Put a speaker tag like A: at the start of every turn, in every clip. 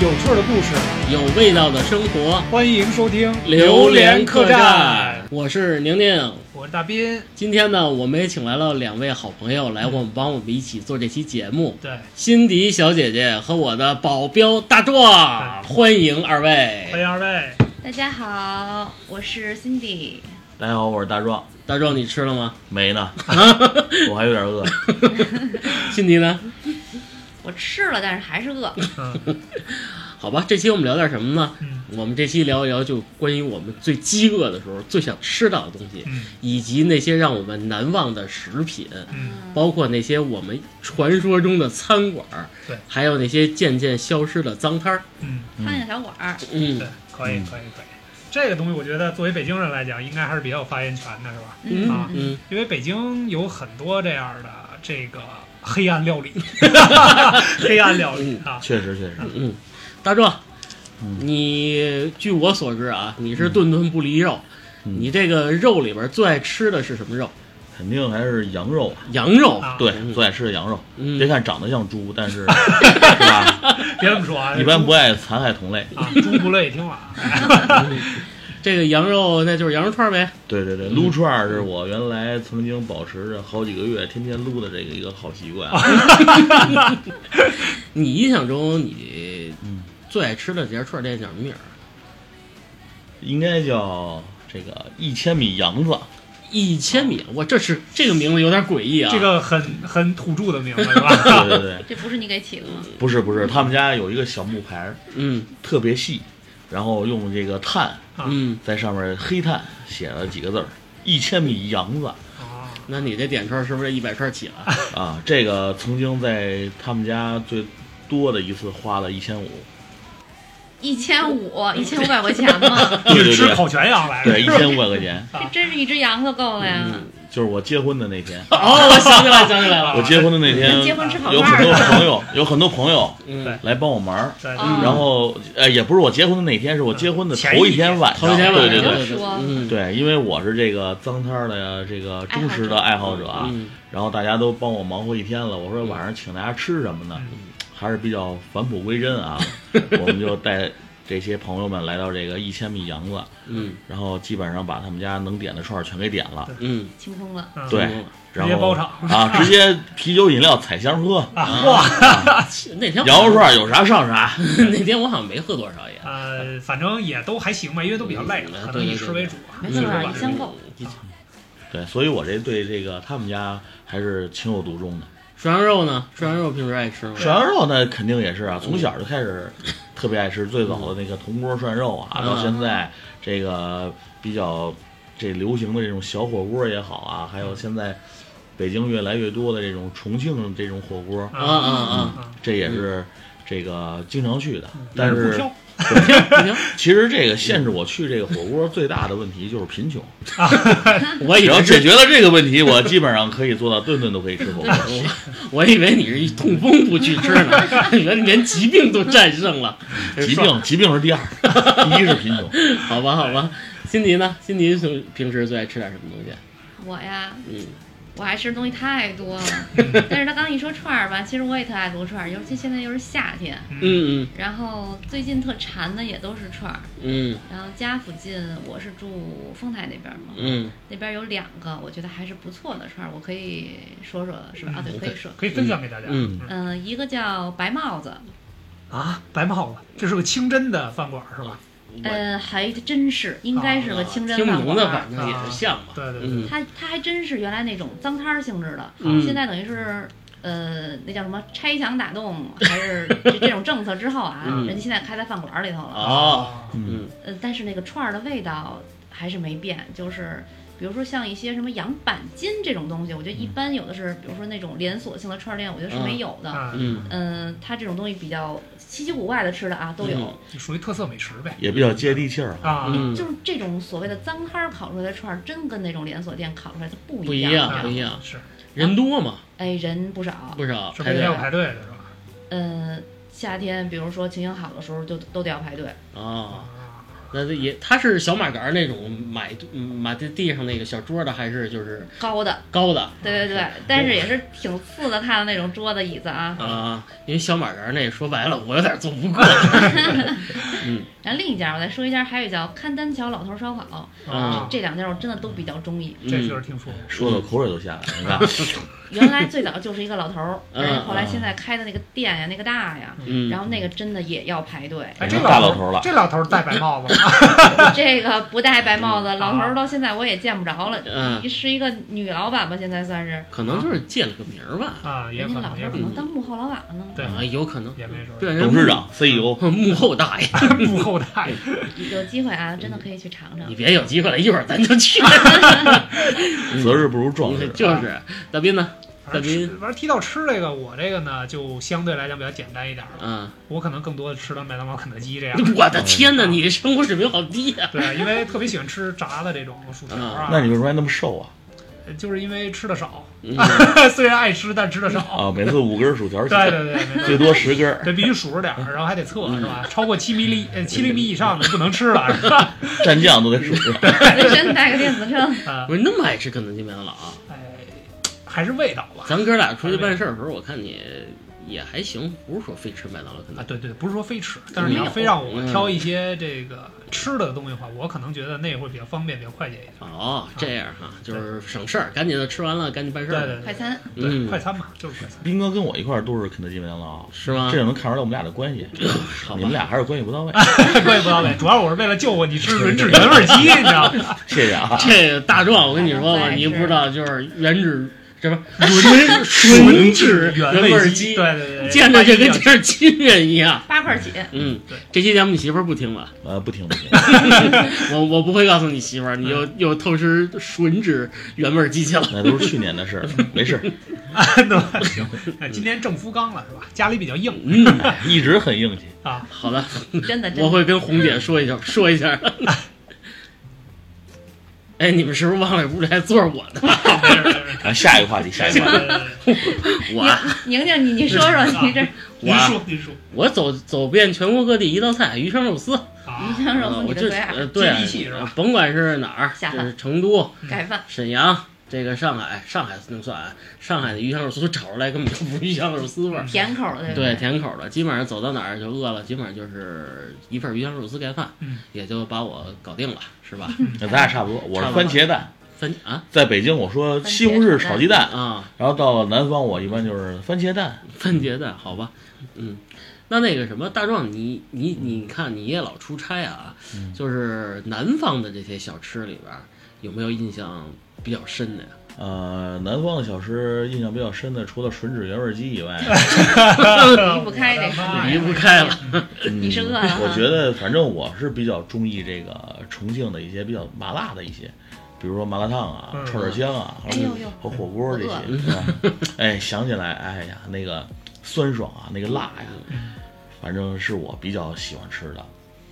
A: 有趣儿的故事，
B: 有味道的生活，
A: 欢迎收听《
B: 榴莲客栈》。我是宁宁。
A: 我是大斌。
B: 今天呢，我们也请来了两位好朋友来，我们帮我们一起做这期节目。
A: 对，
B: 辛迪小姐姐和我的保镖大壮，欢迎二
A: 欢
B: 位。
A: 迎二位。
C: 大家好，我是 Cindy。
D: 大家好，我是大壮，
B: 大壮，你吃了吗？
D: 没呢，
B: 哎
D: 我还有点饿。
B: 辛迪呢？
C: 我吃了，但是还是饿。
A: 嗯
B: 好吧，这期我们聊点什么呢？
A: 嗯
B: 我们这期聊一聊，就关于我们最饥饿的时候最想吃到的东西，
A: 嗯
B: 以及那些让我们难忘的食品，
A: 嗯，
B: 包括那些我们传说中的餐馆儿，
A: 对
B: 还有那些渐渐消失的脏摊儿。
A: 嗯，
C: 苍蝇小馆儿，
B: 嗯
A: 对，可以
D: 嗯
A: 可以可以。这个东西我觉得作为北京人来讲，应该还是比较有发言权的，是吧？
B: 嗯
A: 啊
B: 嗯，
A: 因为北京有很多这样的这个黑暗料理，黑暗料理啊。
D: 确实，确实，
B: 嗯，大壮，
D: 嗯
B: 你据我所知啊，你是顿顿不离肉，
D: 嗯
B: 你这个肉里边最爱吃的是什么肉？
D: 肯定还是羊肉啊。
B: 羊肉。
A: 啊
D: 对
B: 嗯，
D: 最爱吃的羊肉。
B: 嗯
D: 别看长得像猪，但 是是吧？
A: 别这么说啊，
D: 一般不爱残害同类。
A: 啊，猪不乐意听了啊。
B: 这个羊肉那就是羊肉串儿呗。
D: 对对对，撸串儿是我原来曾经保持着好几个月天天撸的这个一个好习惯。啊
B: 你印象中你
D: 嗯
B: 最爱吃的这家串儿店叫什么名儿？ 啊
D: 应该叫这个一千米羊子，
B: 一千米，我这是这个名字有点诡异啊。
A: 这个很很土著的名字是
D: 对
A: 吧？
D: 对 对，
C: 这不是你给起的吗？
D: 不是不是，他们家有一个小木牌儿，
B: 嗯
D: 特别细，然后用这个碳
A: 啊
B: 嗯，
D: 在上面黑炭写了几个字儿：一千米羊子
A: 啊，
B: 那你这点串儿是不是一百串儿起了？
D: 啊！这个曾经在他们家最多的一次花了一千五，
C: 一千五，一千五百块钱吗？
A: 你是
D: 对对
A: 吃
D: 对，
A: 烤全羊来
B: 哎
A: 的？
D: 对一千五百块钱，
C: 这真是一只羊可够了呀！
D: 就是我结婚的那天，
B: 哦，我想起来，想起来了。
D: 我结婚的那天
C: 跟结婚吃烤
D: 有
C: 串
D: 很
B: 啊
D: 多
C: 儿
D: 朋友，有很多朋友
B: 嗯
A: 对，
D: 来帮我忙儿。
A: 对，
C: 啊
D: 然后，呃，也不是我结婚的那天，是我结婚的
A: 前一
D: 头一天晚上，
B: 头一天晚上
D: 对对
C: 对
D: 对
C: 说
B: 嗯
D: 对，因为我是这个脏摊儿的这个忠实的爱好者啊，
B: 嗯
D: 然后大家都帮我忙活一天了，我说晚上请大家吃什么呢？
B: 嗯
D: 还是比较返璞归 真啊，我们就带这些朋友们来到这个一千米羊子，
B: 嗯
D: 然后基本上把他们家能点的串儿全给点了，
B: 嗯，
C: 清空了，
A: 嗯
D: 对
B: 嗯
D: 然
A: 直
D: 后
A: 接包场
D: 啊，直接啤酒饮料踩香喝，
A: 啊，哇，
B: 那天我
D: 羊肉串儿有啥上啥，
B: 那天我好像没喝多少也。
A: 呃，反正也都还行吧，因为都比较累
B: 嗯
A: 了，可能以吃为主啊，
C: 没
A: 吃
C: 错
A: 为
C: 儿，
A: 晚
C: 一箱够。
D: 对，所以我这对这个他们家还是情有独钟的。
B: 涮羊肉呢？涮羊肉平时爱吃吗？
A: 啊
D: 涮羊肉那肯定也是啊，从小就开始特别爱吃，最早的那个铜锅涮肉啊，
B: 嗯
D: 到现在这个比较这流行的这种小火锅也好啊，还有现在北京越来越多的这种重庆这种火
A: 嗯
D: 锅，
B: 啊啊啊！
A: 啊，
D: 这也是这个经常去的。
A: 嗯
D: 但
B: 嗯
A: 不
D: 是
A: 挑
B: 不
D: 嗯
B: 行不行，
D: 其实这个限制我去这个火锅最大的问题就是贫穷，
B: 我以
D: 只
B: 为
D: 嗯要解
B: 是，
D: 决了这个问题，我基本上可以做到顿顿都可以吃火锅。
B: 我以为你是一痛风不去吃 呢，原来连疾病都战胜了。
D: 疾病疾病是第二，第一是贫穷。
B: 好吧好吧，辛迪呢？辛迪是平时最爱吃点什么东西？
C: 我呀，
B: 嗯
C: 我爱吃的东西太多了。但是他刚一说串儿吧，其实我也特爱撸串儿，尤其现在又是夏天。
B: 嗯
C: 然后最近特馋的也都是串儿。
B: 嗯
C: 然后家附近我是住丰台那边儿嘛，
B: 嗯
C: 那边儿有两个我觉得还是不错的串儿，我可以说说是吧？啊，对，可以说。
A: 可以分享给大家。
B: 嗯
C: 嗯、一个叫白帽子，
A: 啊，白帽子，这是个清真的饭馆是吧？
B: 嗯，我
C: 呃，还真是应该是个清真
B: 听
C: 饭
B: 不
C: 馆
B: 的
C: 儿。
B: 反正也是像嘛。
A: 对对对，
B: 嗯
C: 它它还真是原来那种脏摊儿性质的，
B: 嗯
C: 现在等于是呃那叫什么拆墙打洞，还是这这种政策之后啊，
B: 嗯
C: 人家现在开在饭馆儿里头了。
A: 啊
B: 哦，嗯
C: 呃，但是那个串儿的味道还是没变，就是比如说像一些什么羊板筋这种东西，我觉得一般有的是，比如说那种连锁性的串儿店，我觉得是没有的。
A: 啊，
B: 嗯嗯
C: 嗯，它这种东西比较稀奇古怪的吃的啊都有，
A: 就属于特色美食呗。
D: 也比较接地气儿了。
A: 啊，
B: 嗯，
C: 就是这种所谓的脏摊儿烤出来的串儿，真跟那种连锁店烤出来的不
B: 不
C: 一
B: 一
C: 样。
B: 样
A: 啊
B: 不一样，
A: 是
B: 人多嘛
C: 哎，人不少，
B: 不少，
A: 是
B: 排
A: 每天
B: 队
A: 要排队的是吧？
C: 嗯，夏天比如说情情好的时候就都得要排队，
B: 啊。
A: 啊，
B: 那这也它是小马杆儿那种买嗯买在地上那个小桌的，还是就是
C: 高的，
B: 高的
C: 对对对，
B: 嗯
C: 但是也是挺次的，看的那种桌子椅子啊。
B: 啊？因为小马杆儿那说白了，我有点做不 过。
C: 然后另一家，我再说一家，还有一家看丹桥老头烧烤，
B: 嗯
A: 啊，
C: 这两家我真的都比较中意。
A: 这确实挺舒服。
D: 说的口水都下来了，你看，
C: 原来最早就是一个老头儿，
B: 嗯
C: 然后后来现在开的那个店呀，那个大呀，
B: 嗯，
C: 然后那个真的也要排队。
A: 哎，这
D: 大老
A: 头
D: 头
A: 儿
D: 了
A: 这老头儿戴白帽 子吗？
C: 这个不戴白帽子，老头
A: 啊
C: 儿到现在我也见不着了，
B: 嗯，
C: 是一个女老板吧，现在算是。
B: 可能就是借了个名儿吧，
A: 啊，也
C: 人
A: 可
C: 家老
A: 能，
C: 头
A: 也
C: 儿
A: 可
C: 可
A: 能，
C: 能当幕后老板了呢，
A: 对，
B: 啊，有可能
A: 也没准儿
B: 嗯对人
D: 董事长 E CEO
B: 幕后大爷，
A: 幕后大爷。
C: 有机会啊，真的可以去尝尝
B: 你。别有机会了，一会儿咱就 去。
D: 择日不如撞
B: 嗯
D: 日，
B: 就是大斌呢，
A: 反正
B: 大
A: 吃
B: 斌
A: 反正提到吃这个，我这个呢就相对来讲比较简单一点儿了。
B: 嗯，
A: 我可能更多的吃到麦当劳、肯德基这
C: 嗯
A: 样。
B: 我的天
D: 啊
B: 哪，你生活水平好低 啊呀！
A: 对，因为特别喜欢吃炸的这种薯条啊。
D: 那你为什么还那么瘦啊？
A: 就是因为吃的少，
B: 嗯
A: 虽然爱吃，但吃的 少。
D: 啊，每次五根薯条起，
A: 对对对，没错
D: 最多十根，
A: 这必须数着点儿，然后还得测是吧？超过七米粒呃七厘米以上的不能吃 了是吧？
D: 蘸酱都得数。
C: 随身带个电子秤，
A: 啊，
B: 我那么爱吃肯德基、麦当劳，啊
A: 哎，还是味道吧。
B: 咱哥俩出去办事儿的时候，我看你也还行，不是说非吃麦当劳肯
A: 啊
B: 德，基。
A: 对对，不是说非吃，但是你要非让我挑一些这个吃的东西的话，我可能觉得那会比较方便，比较快捷一点。
B: 哦，这样哈，就是省事儿，赶紧的吃完了，赶紧办事
A: 对
B: 儿。
A: 对
C: 快
A: 对
C: 餐。
A: 对，快
B: 嗯，
A: 餐嘛， 就是快餐。
D: 斌哥跟我一块儿都是肯德基、麦当劳，
B: 是吗
D: 这？就能看出来我们俩的关系。
B: 好
D: 你们
B: 吧，
D: 俩还是关系不到位，
A: 关系不到位，主要我是为了救我，你吃原汁原味鸡，你知道吗？
D: 谢谢啊。
B: 这个大壮，我跟你说吧，
C: 哎
B: 你
C: 是
B: 不知道，就是原汁什么纯纯
A: 汁
B: 汁
A: 原
B: 味儿
A: 鸡，
B: 鸡，
A: 对对对，
B: 见着这 跟
A: 一定
B: 见着亲人一 样。
C: 八 块起，
B: 嗯
A: 对，
B: 这期节目你媳妇儿不听了，
D: 呃，不听不听，
B: 我我不会告诉你媳妇儿，你又又偷吃吮指原味儿鸡去了。
D: 那都是去年的事儿，没事儿，
A: 啊，对，行。那今天正夫刚了是吧？家里比较 硬
B: 嗯，
D: 一直很硬气。
A: 啊。
B: 好的，
C: 真的真
B: 我
C: 的。
B: 会跟红姐说一下，说一下。哎，你们是不是忘了屋里还坐着我呢？
A: 没事没事没事
D: 啊，下一个话题，下一个话题，
B: 我啊
C: 宁宁，你你 说说，你这
A: 您说您说
B: 我啊走走遍全国各地一道菜，鱼香肉丝。
A: 啊
C: 鱼，香肉
B: 呃
C: 丝，
B: 我
C: 你
B: 这
C: 的最爱
B: 呃对啊
A: 接地气是吧，
B: 甭管是哪儿，
C: 下
B: 就
C: 饭
B: 是成都、
C: 盖饭。
B: 沈阳。这个上海，上海能算啊，上海的鱼香肉丝炒出来根本就不是鱼香肉丝味儿，
C: 甜口的，
B: 对，
C: 对
B: 甜口的，基本上走到哪儿就饿了，基本上就是一份鱼香肉丝盖饭，
A: 嗯
B: 也就把我搞定了，是吧？
D: 那咱俩差不多。我是番茄蛋，
B: 分啊
D: 在北京我说西红柿炒鸡蛋，
B: 啊，
D: 然后到了南方我一般就是番茄蛋。
B: 番茄蛋，好吧，嗯，那那个什么，大壮，你你
D: 嗯
B: 你看，你也老出差啊，就是南方的这些小吃里边儿，有没有印象比较深的呀？
D: 呃，南方的小吃印象比较深的，除了吮指原味鸡以 外，
C: 对，离不开这
A: 啊
C: 个。
B: 离不开了，
D: 嗯
C: 你是饿了哈
D: 我觉得反正我是比较中意这个重庆的一些比较麻辣的一些，比如说麻辣烫啊、
A: 嗯
D: 串串香啊
C: 哎呦呦
D: 和火锅这
C: 我
D: 些，是吧？ 哎，想起来，哎呀，那个酸爽啊，那个辣呀、
B: 嗯
D: 反正是我比较喜欢吃的。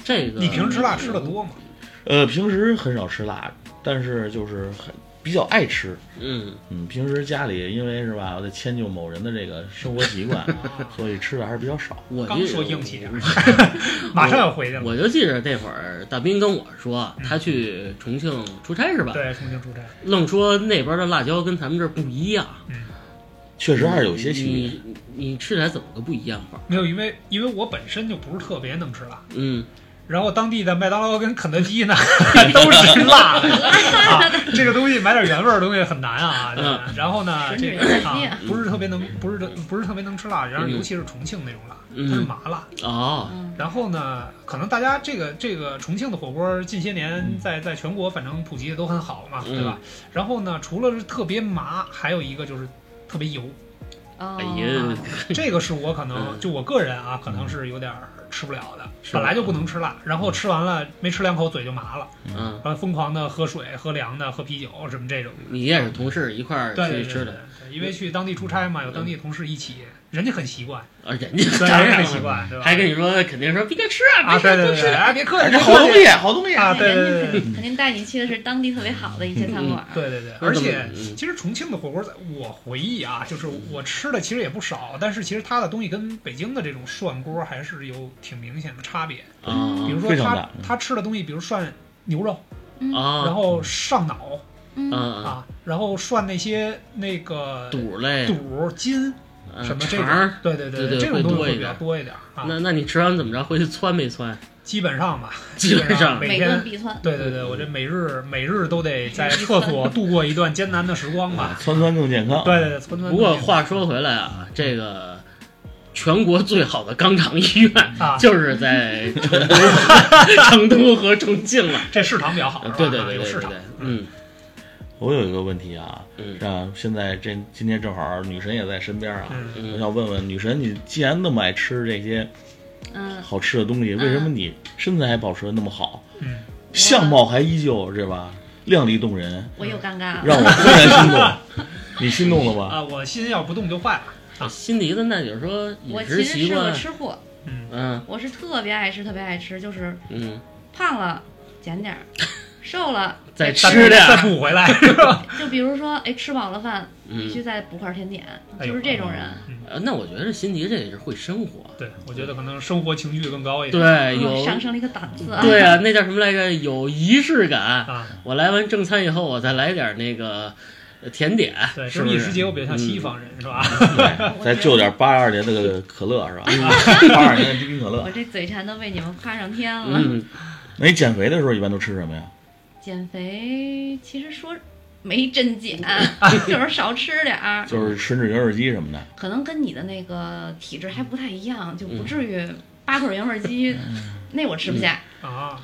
B: 这个
A: 你平时吃辣吃的 多吗？
D: 呃，平时很少吃辣，但是就是很比较爱吃。
B: 嗯，
D: 嗯，平时家里因为是吧，我得迁就某人的这个生活习惯
A: 啊，
D: 所以吃的还是比较少。
B: 我
A: 刚
B: 就
A: 说硬气点儿，马上要回去了。
B: 我就记着那会儿大斌跟我说，他去重庆出差是
A: 嗯
B: 吧？
A: 对，重庆出差，
B: 愣说那边的辣椒跟咱们这儿不一样，
D: 确实还是有些区别。
A: 嗯
B: 你你吃起来怎么个不一样法？
A: 没有，因为因为我本身就不是特别能吃辣，
B: 嗯，
A: 然后当地的麦当劳跟肯德基呢 都是辣的啊，这个东西买点原味儿的东西很难
B: 嗯
A: 啊。这个然后呢，这个啊不是特别能，不是特不是特别能吃辣，然后
B: 嗯
A: 尤其是重庆那种辣，
B: 嗯
A: 它是麻辣。
B: 哦，
C: 嗯，
A: 然后呢，可能大家这个这个重庆的火锅近些
B: 嗯
A: 年在在全国反正普及的都很好嘛，对吧？然后呢，除了是特别麻，还有一个就是特别油，
C: 哦
B: 哎呀，
A: 这个是我可能
B: 嗯
A: 就我个人啊，可能是有点儿吃不了的，
B: 是吧
A: 本来就不能吃辣，然后吃完了没吃两口嘴就麻了，
B: 嗯，
A: 然后疯狂的喝水、喝凉的、喝啤酒什么这种。
B: 你也是同事一块儿
A: 对对
B: 去
A: 对
B: 吃
A: 对
B: 的，，嗯
A: 对因为去当地出差嘛，有当地同事一起，人家很习惯，
B: 啊，人家
A: 对，人家很习惯，对吧？
B: 还跟你说，肯定说别吃啊，
A: 啊，对对
B: 别吃多
A: 对
B: 吃
A: 对，
B: 点。
A: 哎，别客气，别
D: 好
A: 客
D: 东
A: 气
D: 西，好东西
A: 啊，对对对
C: 人家
A: 对。
C: 肯定肯定带你去的是当地特别好的一些餐馆，
A: 对对对，
B: 嗯
A: 而且
B: 嗯
A: 其实重庆的火锅，在我回忆啊，就是我吃的其实也不少，但是其实它的东西跟北京的这种涮锅还是有挺明显的差别。
B: 啊
A: 比如说
D: 非常
A: 他
D: 大嗯
A: 他吃的东西，比如涮牛肉，
C: 嗯
B: 啊，
A: 然后上脑
C: 嗯
B: 嗯啊，
A: 啊，然后涮那些那个
B: 肚嘞，
A: 肚筋
B: 嗯
A: 什么这种
B: 肠儿。，
A: 对对
B: 对对
A: 这种
B: 会
A: 东西
B: 多
A: 会
B: 一
A: 比较
B: 点
A: 多一点啊。
B: 那那你吃完怎么着？回去窜没窜？
A: 基本上吧，
B: 基本上
A: 上每
C: 每顿
A: 天。
C: 必窜，
A: 对对对，我这
B: 嗯
A: 每日每日都得在厕所度过一段艰难的时光
D: 啊，
A: 吧。
D: 窜窜更健康。
A: 对对对，存存
B: 不过话说回来啊，这个全国最好的肛肠医院
A: 啊，
B: 就是在成都、成都和重庆了。
A: 这市场比较好，是吧
B: 呃对对对
A: 啊有
B: 对
A: 市
B: 对
A: 场
B: 对。，嗯
D: 我有一个问题啊，
B: 嗯
D: 啊，现在这今天正好女神也在身边啊，
A: 嗯，
D: 我
B: 嗯，
D: 想问问女神，你既然那么爱吃这些
C: 嗯，
D: 好吃的东西，为什么你身材还保持的那么好，
A: 嗯，
D: 相貌还依旧是吧？靓丽动人，
C: 我又尴尬了，
D: 让我非常心 动。你心动了吧？
A: 啊，我心要不动就坏了。啊
B: 心里的那就是说
C: 我
B: 饮
C: 其
B: 食
C: 实
B: 习
C: 是个
B: 惯，
C: 吃货，
A: 嗯，
B: 嗯
C: 我是特别爱吃，特别爱吃，就是
B: 嗯，
C: 胖了减点儿，瘦
A: 哎
C: 了
B: 再
A: 再
B: 吃点
A: 再
B: 儿，
A: 补回来 是吧？
C: 就比如说，哎，吃饱了饭必
B: 嗯
C: 须再补块甜点，
A: 哎呦
C: 就是这种人。
B: 呃，那我觉得辛迪这也是会生活，
A: 对，我觉得可能生活情趣更高一点。
D: 哎
B: 对，
C: 我
B: 有
C: 哎上升了一个档次啊！
B: 对啊，那叫什么来着？有仪式感。
A: 啊，
B: 我来完正餐以后，我再来点那个呃甜点，
A: 对，是
B: 是不
A: 不
B: 是嗯
A: 是饮食结构比较像西方人是吧？
D: 对，再就点八二年的可乐是吧？八二年的冰可乐
C: 我。这嘴馋都被你们夸上天了。
B: 嗯，
D: 那你减肥的时候一般都吃什么呀？
C: 减肥其实说没真 减，就是少吃点儿，
D: 就是吃那油肉鸡什么的。
C: 可能跟你的那个体质还不太一样，就
D: 嗯
C: 不至于八腿原味鸡，那我吃不下。
B: 嗯
A: 啊，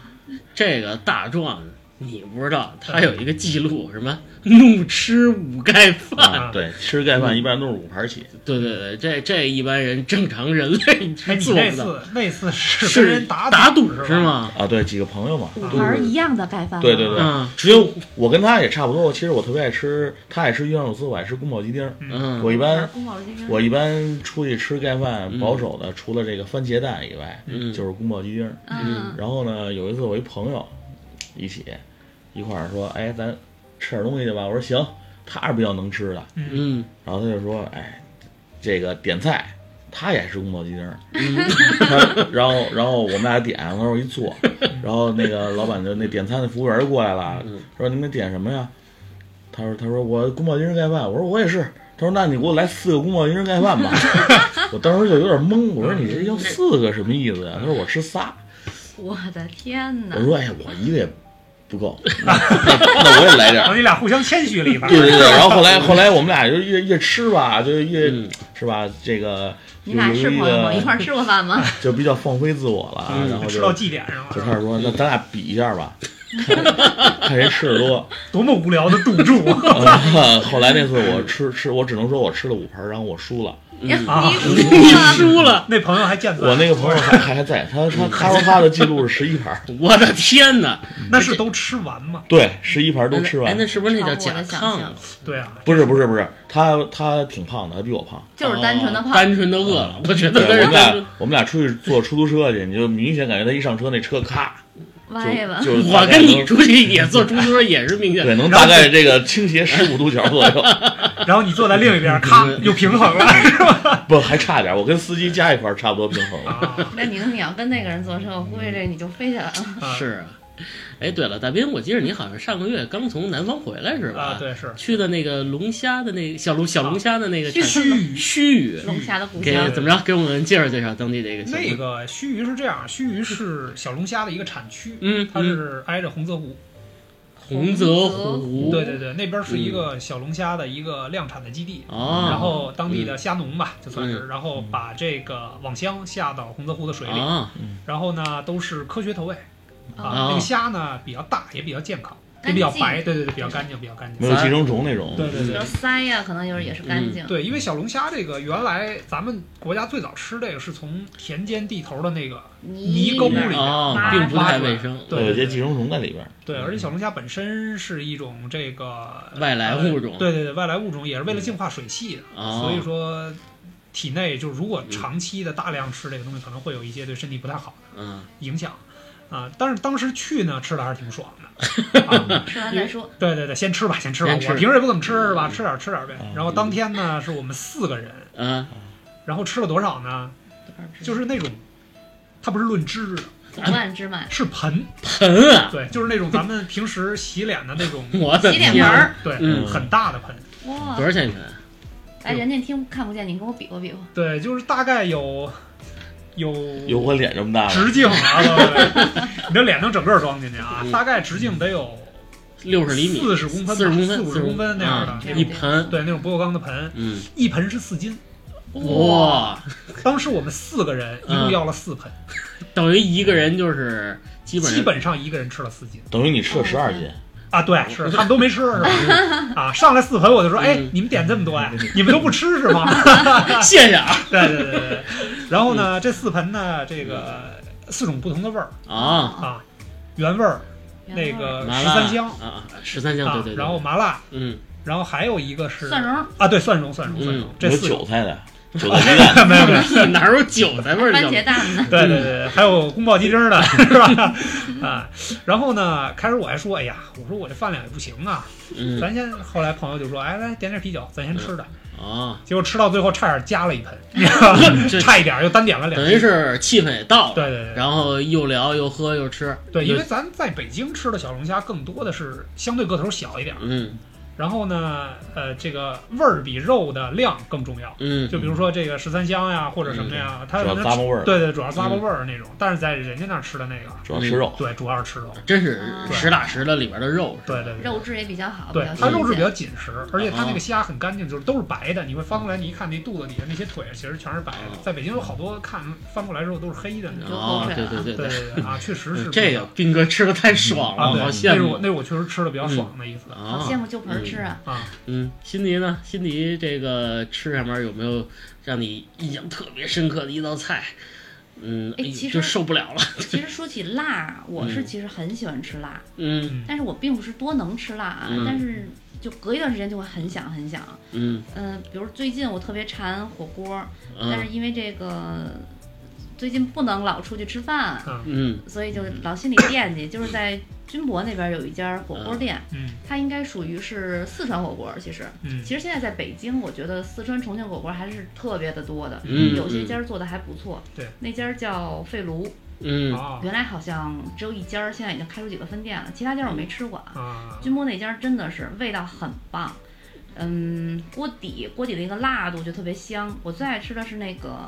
B: 这个大壮你不知道，他有一个记录，什么怒吃五盖饭。
A: 啊
D: 对，吃盖饭一般都是五盘起。
B: 对对对，这这一般人正常人类
A: 哎，
B: 是
A: 你
B: 做
A: 那
B: 不到。
A: 次那次是跟
B: 是
A: 人打
B: 打
A: 赌
B: 是
A: 是吧？
B: 吗？
D: 啊，对，几个朋友嘛，
C: 五
A: 啊
D: 都
C: 盘
D: 是
C: 儿一样的盖饭，
D: 对对对
B: 嗯
D: 只有我跟他也差不多。其实我特别爱吃，他爱吃鱼香肉丝，我爱吃宫保鸡丁。
B: 嗯
D: 我一般
C: 宫保鸡丁
D: 我一般出去吃盖饭，保守的除了这个番茄蛋以外，
B: 嗯
D: 就是宫保鸡丁。
C: 嗯，
D: 然后呢，有一次我一朋友一起一块儿说，哎，咱吃点东西去吧。我说行，他是比较能吃的。
B: 嗯，
D: 然后他就说，哎，这个点菜，他也是宫保鸡丁 儿。他然后然后我们俩点，往那儿一坐，然后那个老板就那点餐的服务员就过来了，说你们点什么呀？他说他说我宫保鸡丁盖饭，我说我也是。他说：“那你给我来四个宫保鸡丁盖 饭吧。”我当时就有点懵，我说：“你这要四个什么意思呀？”他说：“我吃仨。”
C: 我的天哪
D: 我！说哎呀，我一个也不 够，那那我也来点
A: 然后
D: 儿。
A: 你俩互相谦虚了一把
D: 对。对对，然后后来后来我们俩就越越吃吧，就越、
B: 嗯
D: 是吧，这个
C: 你
D: 有
C: 俩是
D: 有一
C: 朋友吗？
A: 啊
C: 一块
D: 个
C: 儿吃过饭吗？
D: 就比较放飞自我了，啊
B: 嗯
D: 然后
A: 吃
D: 就
A: 到祭点上
D: 就
A: 了，
D: 开始说，那咱俩比一 下吧，看看谁吃的多。
A: 多么无聊的赌注
D: 啊后来那次我吃吃，我只能说我吃了五盘，然后我输了。
A: 啊！
B: 你 输了，
A: 那朋友还
B: 嗯
A: 健在，
D: 我那个朋友还还还在，他他他说他的记录是十一盘，
B: 我的天哪！
A: 那是都吃完吗？
D: 对，十一盘都吃
B: 哎，
D: 完
B: 那。是不是那叫
C: 超乎
B: 甲
C: 我的想
B: 亢
C: 象
B: 啊？，
A: 对啊，
D: 不是不是不是，他他挺胖的，他比我 胖。
C: 就是单纯的
B: 哦
C: 胖。
B: 单纯的饿了。我觉得
D: 对，
B: 他是
D: 我们
B: 单纯
D: 俩。我们俩出去坐出租车去，你就明显感觉他一上车那车咔，
C: 歪吧
D: 就，就
B: 我跟你出去也坐出租车也是明显
D: 对能大概这个倾斜十五度角左右，
A: 然后你坐在另一边，咔又平衡 了，是吧？
D: 不还差点，我跟司机加一块儿差不多平衡了。
A: 啊
C: 那你你要跟那个人坐车，我估计这你就飞起来了。
A: 啊
B: 是啊，哎，对了，大斌，我记得你好像上个月刚从南方回来是
A: 啊，，
B: 吧？
A: 对是
B: 去的那个龙虾的那个小龙小龙虾的那个
A: 须
B: 产
A: 臾
B: 须臾，
C: 龙虾的故
B: 给
A: 对
C: 乡，
B: 怎么着？给我们介绍介绍当地的一个小
A: 那
B: 龙。
A: 个须臾是这样，须臾是小龙虾的一个产区，
B: 嗯
A: 它是挨着洪泽湖，
B: 洪泽湖，
A: 对对对，那边
B: 嗯
A: 是一个小龙虾的一个量产的基地，
B: 哦，
A: 然后当地的虾农吧，就算是，
B: 嗯
A: 然后把这个网箱下到洪泽湖的水里，
B: 啊，
A: 然后呢都是科学投喂，
B: 哦
A: 啊，那个虾呢比较大，也比较健康，也
C: 干
A: 比较
C: 净嗯
A: 白，对对对，比较干净，比较干
D: 没
A: 净。
D: 有寄生虫那种，
A: 对对
C: 比
A: 对
C: 如鳃呀，可能就是也是干净。
A: 嗯对，因为小龙虾这个原来咱们国家最早吃这个是从田间地头的那个，
C: 泥
A: 泥沟
C: 里边
A: 里
B: 啊，
C: 挖
B: 并
A: 出
B: 不
A: 来
B: 太卫生，
A: 对
D: 有
A: 对
D: 些寄
A: 对
D: 生虫在里边儿。
A: 对，而且小龙虾本身是一种这个
B: 外来物种嗯
A: 呃对对对，外来物种也是为了净化水系的，
B: 哦
A: 所以说体内就是如果长期的大量吃这个东西，可能会有一些对身体不太好
B: 嗯，
A: 的影响啊。但是当时去呢，吃的还是挺爽 的。啊
C: 吃完再说。
A: 对对对，先吃吧，先吃吧。
B: 先吃哦
A: 我平时也不怎么吃是吧？吃点儿吃点儿呗
D: 嗯。
A: 然后当天呢，是我们四个人，
B: 啊，
A: 然后吃了多少呢？就是那种，它不是论只的，
C: 两万芝麻，
A: 是盆，
B: 盆啊，，
A: 对，就是那种咱们平时洗脸的那种
B: 啊我的
C: 洗脸
B: 天
C: 盆儿，
A: 对，
B: 嗯
A: 很大的盆，
C: 哇
B: 多！少钱一盆？
C: 哎，人家听看不见，你跟我比划比划。
A: 对，就是大概有有
D: 有我脸这么大的，
A: 直径啊， 各位你的脸能整个装进去啊
B: 嗯，
A: 大概直径得有
B: 六十厘米，
A: 四十公分吧，
B: 四十公
A: 四
B: 分，
A: 五十公分那样的
B: 啊
A: 那
B: 一
A: 种，
B: 盆，
A: 对，那种不锈钢的盆，
B: 嗯，
A: 一盆是四斤。
B: 哇，
A: 当时我们四个人一
B: 嗯
A: 共要了四盆，
B: 等于一个人就是基本上
A: 基本上一个人吃了四斤
D: 等于你吃了十二斤，
A: 啊，对，是他们都没吃 是吧？啊，上来四盆我就说，哎
B: 嗯，
A: 你们点这么多呀？你们都不吃是 吗？
B: 谢谢啊
A: 对对对对对。然后
B: 嗯
A: 呢，这四盆呢，这个四种不同的味儿
B: 啊，
A: 啊，原味儿、那
C: 原味儿
A: 个
B: 麻
A: 呃十
B: 辣
A: 三香
B: 啊啊，十三香，对
A: 啊
B: 对对，，
A: 然后麻辣，
B: 嗯
A: 然后还有一个是
C: 蒜蓉，
A: 啊，对，蒜蓉蒜蓉蒜蓉
B: 嗯，
A: 这
D: 有
A: 四
D: 韭
A: 种。
D: 菜的，韭菜鸡蛋，
A: 没有没有，
B: 哪有韭菜味儿的
C: 番茄蛋 呢？
A: 对对对，对还有宫保鸡丁的是吧？啊，然后呢，开始我还说，哎呀，我说我这饭量也不行啊，
B: 嗯
A: 咱先。后来朋友就说，哎，来点点啤酒，咱先吃的。
B: 啊，
A: 结果吃到最后差点加了一盆，你知道吗
B: 嗯这
A: 差一点又单点了两
B: 等
A: 盆。
B: 于是气氛也到了，
A: 对对对，
B: 然后又聊又喝又吃，
A: 对，因
B: 又
A: 为咱在北京吃的小龙虾更多的是相对个头小一点儿，
B: 嗯
A: 然后呢，呃，这个味儿比肉的量更重要。
B: 嗯，
A: 就比如说这个十三香呀，或者什么呀，它可
D: 主要
A: 能
D: 咂
A: 吃
D: 巴味儿，
A: 对对，主要是咂
B: 嗯
A: 巴味儿那种，但是在人家那儿吃的那个，
D: 主要吃肉，
A: 对，主要是吃肉，
B: 真
C: 啊
B: 是实打实的里边的肉，
A: 对对对。
C: 肉质也比较
A: 嗯
C: 好，
A: 对
C: 比较，
A: 它肉质
C: 新
A: 比
C: 鲜
A: 较紧实，而且
B: 哦
A: 它那个虾很干净，就是都是白的。你会翻过来，你一看那肚子底下那些腿，其实全是白的
B: 哦。
A: 在北京有好多看翻过来之后都是黑的那种。
B: 啊，对对对
A: 对对对啊，确实是
B: 对， 这个斌哥吃的太爽
A: 啊，
B: 了，
A: 对，
B: 好
A: 那
B: 羡
A: 是
B: 慕
A: 我那是我确实吃的比较爽的一次。
B: 啊，
C: 好羡慕就盆儿吃啊！
A: 啊，
B: 嗯，辛迪呢？辛迪这个吃上面有没有让你印象特别深刻的一道菜？嗯，
C: 哎
B: 哎
C: 其
B: 呦
C: 实
B: 就受不了了。
A: 嗯
C: 其实说起辣，我是其实很喜欢吃辣，
B: 嗯
A: 嗯
C: 但是我并不是多能吃辣啊，
B: 嗯
C: 但是就隔一段时间就会很想很想。
B: 嗯
C: 嗯、比如最近我特别馋火锅，
B: 嗯
C: 但是因为这个最近不能老出去吃饭，
B: 嗯
C: 所以就老心里惦记。就是在军博那边有一家火锅店，
A: 嗯
C: 它应该属于是四川火锅。其实，
A: 嗯
C: 其实现在在北京，我觉得四川、重庆火锅还是特别的多的，
B: 嗯
C: 有些家做的还不错。
A: 对，
C: 那家叫费炉，
B: 嗯
A: 啊
C: 原来好像只有一家，现在已经开出几个分店了，其他家我没吃过啊。
A: 啊，
C: 军博那家真的是味道很棒。嗯，锅底锅底的一个辣度就特别香。我最爱吃的是那个，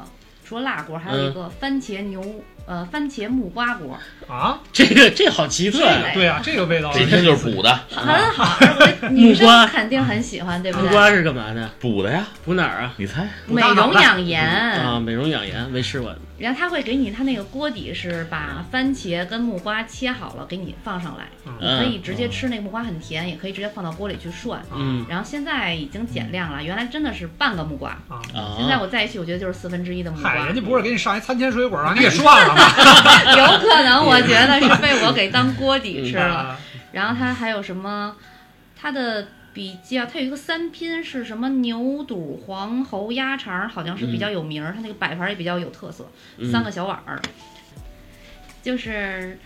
C: 除了辣锅，还
B: 嗯
C: 有一个番茄牛、呃番茄木瓜锅，
A: 啊，
B: 这个这好奇特呀！
C: 对
A: 对啊，这个味道
D: 这一听就是补的，
C: 很好，而且女
B: 木瓜
C: 生肯定很喜欢，对不
B: 补
C: 对？
B: 瓜是干嘛的？
D: 补的呀，
B: 补哪儿
C: 嗯
B: 啊？
D: 你猜？
A: 补
C: 美
A: 大脑
C: 容
A: 袋
C: 养颜，
B: 啊，美容养颜，没吃过。
C: 然后他会给你他那个锅底是把番茄跟木瓜切好了，给你放上来，你可
B: 嗯
C: 以直接吃那个木瓜很甜，也可以直接放到锅里去涮。
A: 啊
B: 嗯
C: 然后现在已经减量了，原来真的是半个木瓜，
A: 啊。
C: 现在
B: 啊，
C: 我再去，我觉得就是四分之一的木瓜。
A: 嗨，人家不是给你上一餐前水 果，让啊你给涮了吗？
C: 有可 能，我觉得是被我给当锅底吃了。
A: 啊
C: 然后它还有什么？它的比较，它有一个三拼是什么？牛肚、黄喉、鸭肠，好像是
A: 嗯
C: 比较有名儿。它那个摆盘儿也比较有特色，
B: 嗯
C: 三个小碗儿，就是。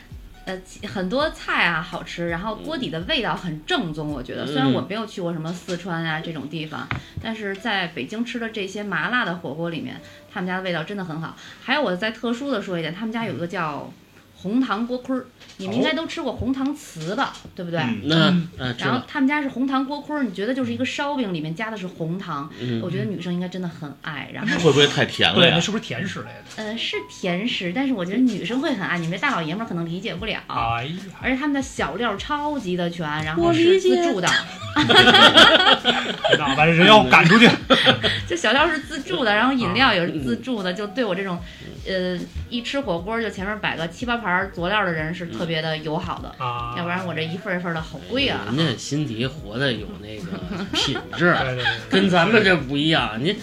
C: 呃，其很多菜啊好吃，然后锅底的味道很正宗，我觉得。虽然
B: 嗯
C: 我没有去过什么四川啊这种地方，但是在北京吃的这些麻辣的火锅里面，他们家的味道真的很好。还有我再特殊的说一点，他们家有一个叫红糖锅盔儿，你们应
B: 哦
C: 该都吃过红糖糍粑，对不对？
D: 嗯
B: 那
A: 嗯
B: 啊，知
C: 然后
B: 道。
C: 他们家是红糖锅盔儿，你觉得就是一个烧饼里面加的是红糖，
B: 嗯
C: 我觉得女生应该真的很爱。然后，
D: 会不会太甜了
A: 对，
D: 呀
A: 那？是不是甜食类的？
C: 呃，是甜食，但是我觉得女生会很爱，你们这大老爷们儿可能理解不了。
D: 啊
A: 哎呀，
C: 而且他们的小料超级的全，然
B: 我
C: 后
B: 理
C: 是自
B: 解
C: 助 的，
A: 别闹，把这人要赶出去。
C: 就小料是自助的，然后饮
D: 啊
C: 料也
D: 嗯
C: 是自助的，就对我这种，呃，一吃火锅就前面摆个七八盘儿佐料的人是特别的友好的，
D: 嗯
A: 啊，
C: 要不然我这一份儿一份儿的好贵啊。
B: 人家辛迪活的有那个品质，啊
A: 对对对，
B: 跟咱们这不一样。你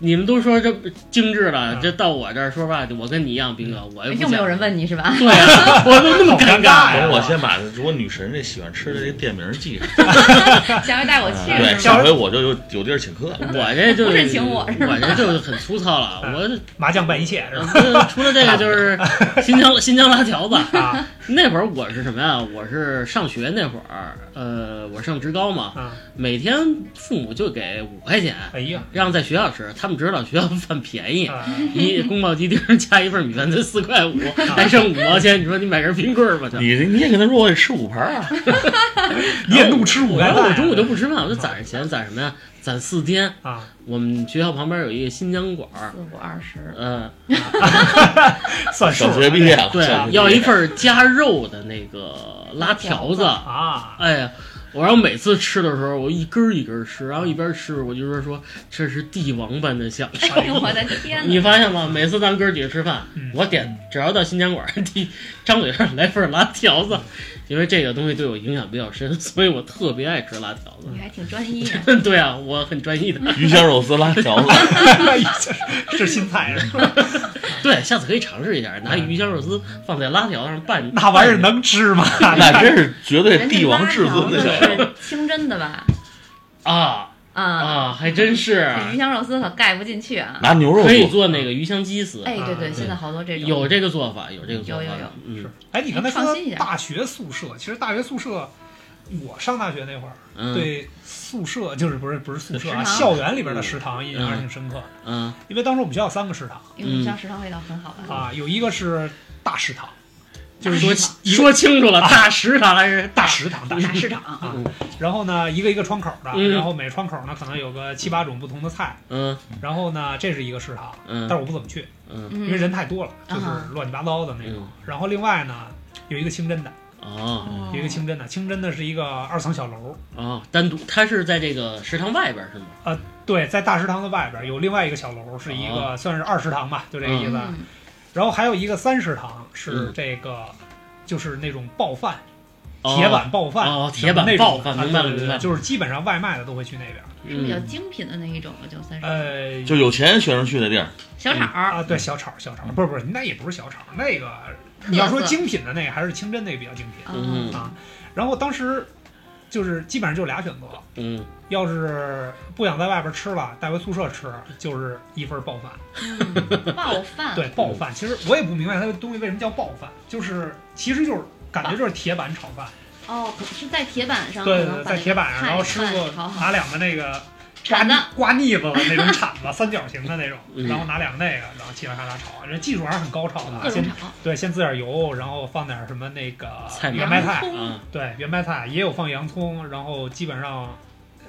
B: 你们都说这精致了
A: 嗯，
B: 这到我这儿，说实话，我跟你一样，斌哥，我
D: 嗯
B: 又不
C: 哎又没有
B: 想
C: 人问你是吧？
B: 对 啊，我都那么尴
A: 好尴尬
D: 等
A: 呀
B: 尬。
D: 我先把如果女神这喜欢吃的这店名记上，
C: 下回带我去
D: 嗯对，
C: 是
D: 下
C: 吗？
D: 回我就有有地儿请客。
B: 我这就
C: 不是请我是吧
B: 我这就很粗糙了。
A: 嗯
B: 我
A: 麻将办一切是吧？
B: 这除了这 个就是新疆新疆拉条吧。
A: 啊
B: 那会儿我是什么呀？我是上学那会儿，呃，我上职高嘛，
A: 啊！
B: 每天父母就给五块钱，
A: 哎呀，
B: 让在学校吃。他们知道学校 饭便宜，
A: 啊
B: 一宫保鸡丁加一份米饭才四块 五，还剩五毛钱。你说你买根冰棍儿吧？
D: 你你也跟他说我得吃五盘儿啊，
A: 你也怒吃五
B: 然
A: 干
B: 后
A: 饭
B: 我
A: 呀
B: 中午就不吃饭，我就攒着钱攒什么呀？攒四天。
A: 啊，
B: 我们学校旁边有一个新疆馆儿，
C: 四五二十，
B: 嗯，
A: 算数
D: 小学毕业了，
B: 对啊
D: 小学，毕业
B: 要一份儿加肉的那个拉条子。
A: 啊，
B: 哎呀，我然后每次吃的时候，我一根儿一根儿吃，然后一边吃我就说说这是帝王般的享受。
C: 哎呦我的天
B: 你
C: 哪！
B: 发现吗？每次咱们哥儿几个吃饭
A: 嗯，
B: 我点只要到新疆馆儿， 第一张嘴上 来份儿拉条子，因为这个东西对我影响比较深， 所以我特别爱吃拉条
C: 你还挺专一啊，
B: 子。 对啊，我很专一的。
D: 鱼香肉丝拉条子，
A: 这是新菜是吧？
B: 对，下次可以尝试一下，拿鱼香肉丝放在拉条上拌。
A: 那玩意儿
B: 拌
A: 能吃吗？
D: 那真是绝 对
C: 人家
D: 帝王至尊的
C: 拉条
D: 小
C: 子
D: 吃。
C: 是清真的 吧？
B: 啊
C: 啊，
B: 啊，还真是
C: 这鱼香肉丝可盖不进去啊！
D: 拿牛肉
B: 可以
D: 做，
B: 做那个鱼香鸡丝，
C: 哎，对对，
A: 啊
C: 现在好多这种
B: 有这个做法，有这个做
C: 有
B: 法，
C: 有有
B: 嗯
A: 哎，你刚才
C: 创
A: 说
C: 新一下
A: 大学宿舍，其实大学宿舍，我上大学那会儿，
B: 嗯
A: 对宿舍就是不是不是宿舍啊，
C: 食堂
A: 校园里边的食堂印象还是挺深刻的，
B: 嗯
A: 因为当时我们学校有三个食堂
C: 因为你像食堂味道很好啊，
A: 嗯啊，有一个是大食堂，就是
B: 啊
A: 啊
B: 说
A: 一
B: 清
A: 一个
B: 说清楚了，大食堂还是
A: 大
B: 大
A: 食堂大食
C: 大
A: 堂。
C: 市场
A: 啊
C: 啊，
A: 然后呢，一个一个窗口的，
B: 嗯
A: 然后每窗口呢可能有个七八种不同的菜，
B: 嗯
A: 然后呢，这是一个食堂，但是
B: 嗯
A: 我不怎么去，
B: 嗯
A: 因为
C: 嗯，
A: 人太多了，就是
C: 啊
A: 乱七八糟的那种
B: 嗯。
A: 然后另外呢，有一个清真的，
B: 哦
C: 哦
A: 有一个清真的，清真的是一个二层小楼，
B: 哦，单独它是在这个食堂外边儿是吗？
A: 对，在大食堂的外边有另外一个小楼，是一
B: 哦
A: 个算是二食堂吧，就这个意思。
C: 嗯
A: 然后还有一个三食堂是
B: 嗯
A: 这个，就是那种爆饭，
B: 哦
A: 铁板爆饭，
B: 哦，铁板
A: 那种
B: 爆饭，明白了
A: 啊对对
B: 明
A: 对
B: 白了，
A: 就是基本上外卖的都会去那边。
C: 是比较
B: 嗯
C: 精品的那一种了，就算是
A: 呃，
D: 就有钱学生去的地儿，
C: 小炒儿，
A: 啊，对，小炒小炒，不是不是，那也不是小炒，那个
C: 特色
A: 嗯你要说精品的那个还是清真那个比较精品。
B: 嗯
C: 啊
A: 啊然后当时就是基本上就俩选择，
B: 嗯
A: 要是不想在外边吃了，带回宿舍吃，就是一份爆饭。
C: 嗯爆饭，
A: 对，爆饭。其实我也不明白它的东西为什么叫爆饭，就是其实就是感觉就是铁板炒饭，
C: 哦，可是在铁板上，
A: 对
C: 可
A: 对
C: 能
A: 对，
C: 把
A: 在铁板上，
C: 那
A: 然后啊
C: 个
A: 师
C: 菜
A: 傅
C: 炒好
A: 拿两个那个刮
C: 铲子，
A: 刮腻子的那种铲子，三角形的那种，
B: 嗯
A: 然后拿两个那个，然后嘁哩咔嚓炒，啊人技术还是很高超的，啊
C: 各
A: 先
C: 种炒，
A: 对，先滋点油，然后放点什么那个
B: 菜
A: 圆
B: 苗
A: 白
C: 洋
A: 菜，
C: 葱
B: 啊
A: 对，圆白菜也有放洋葱，然后基本上，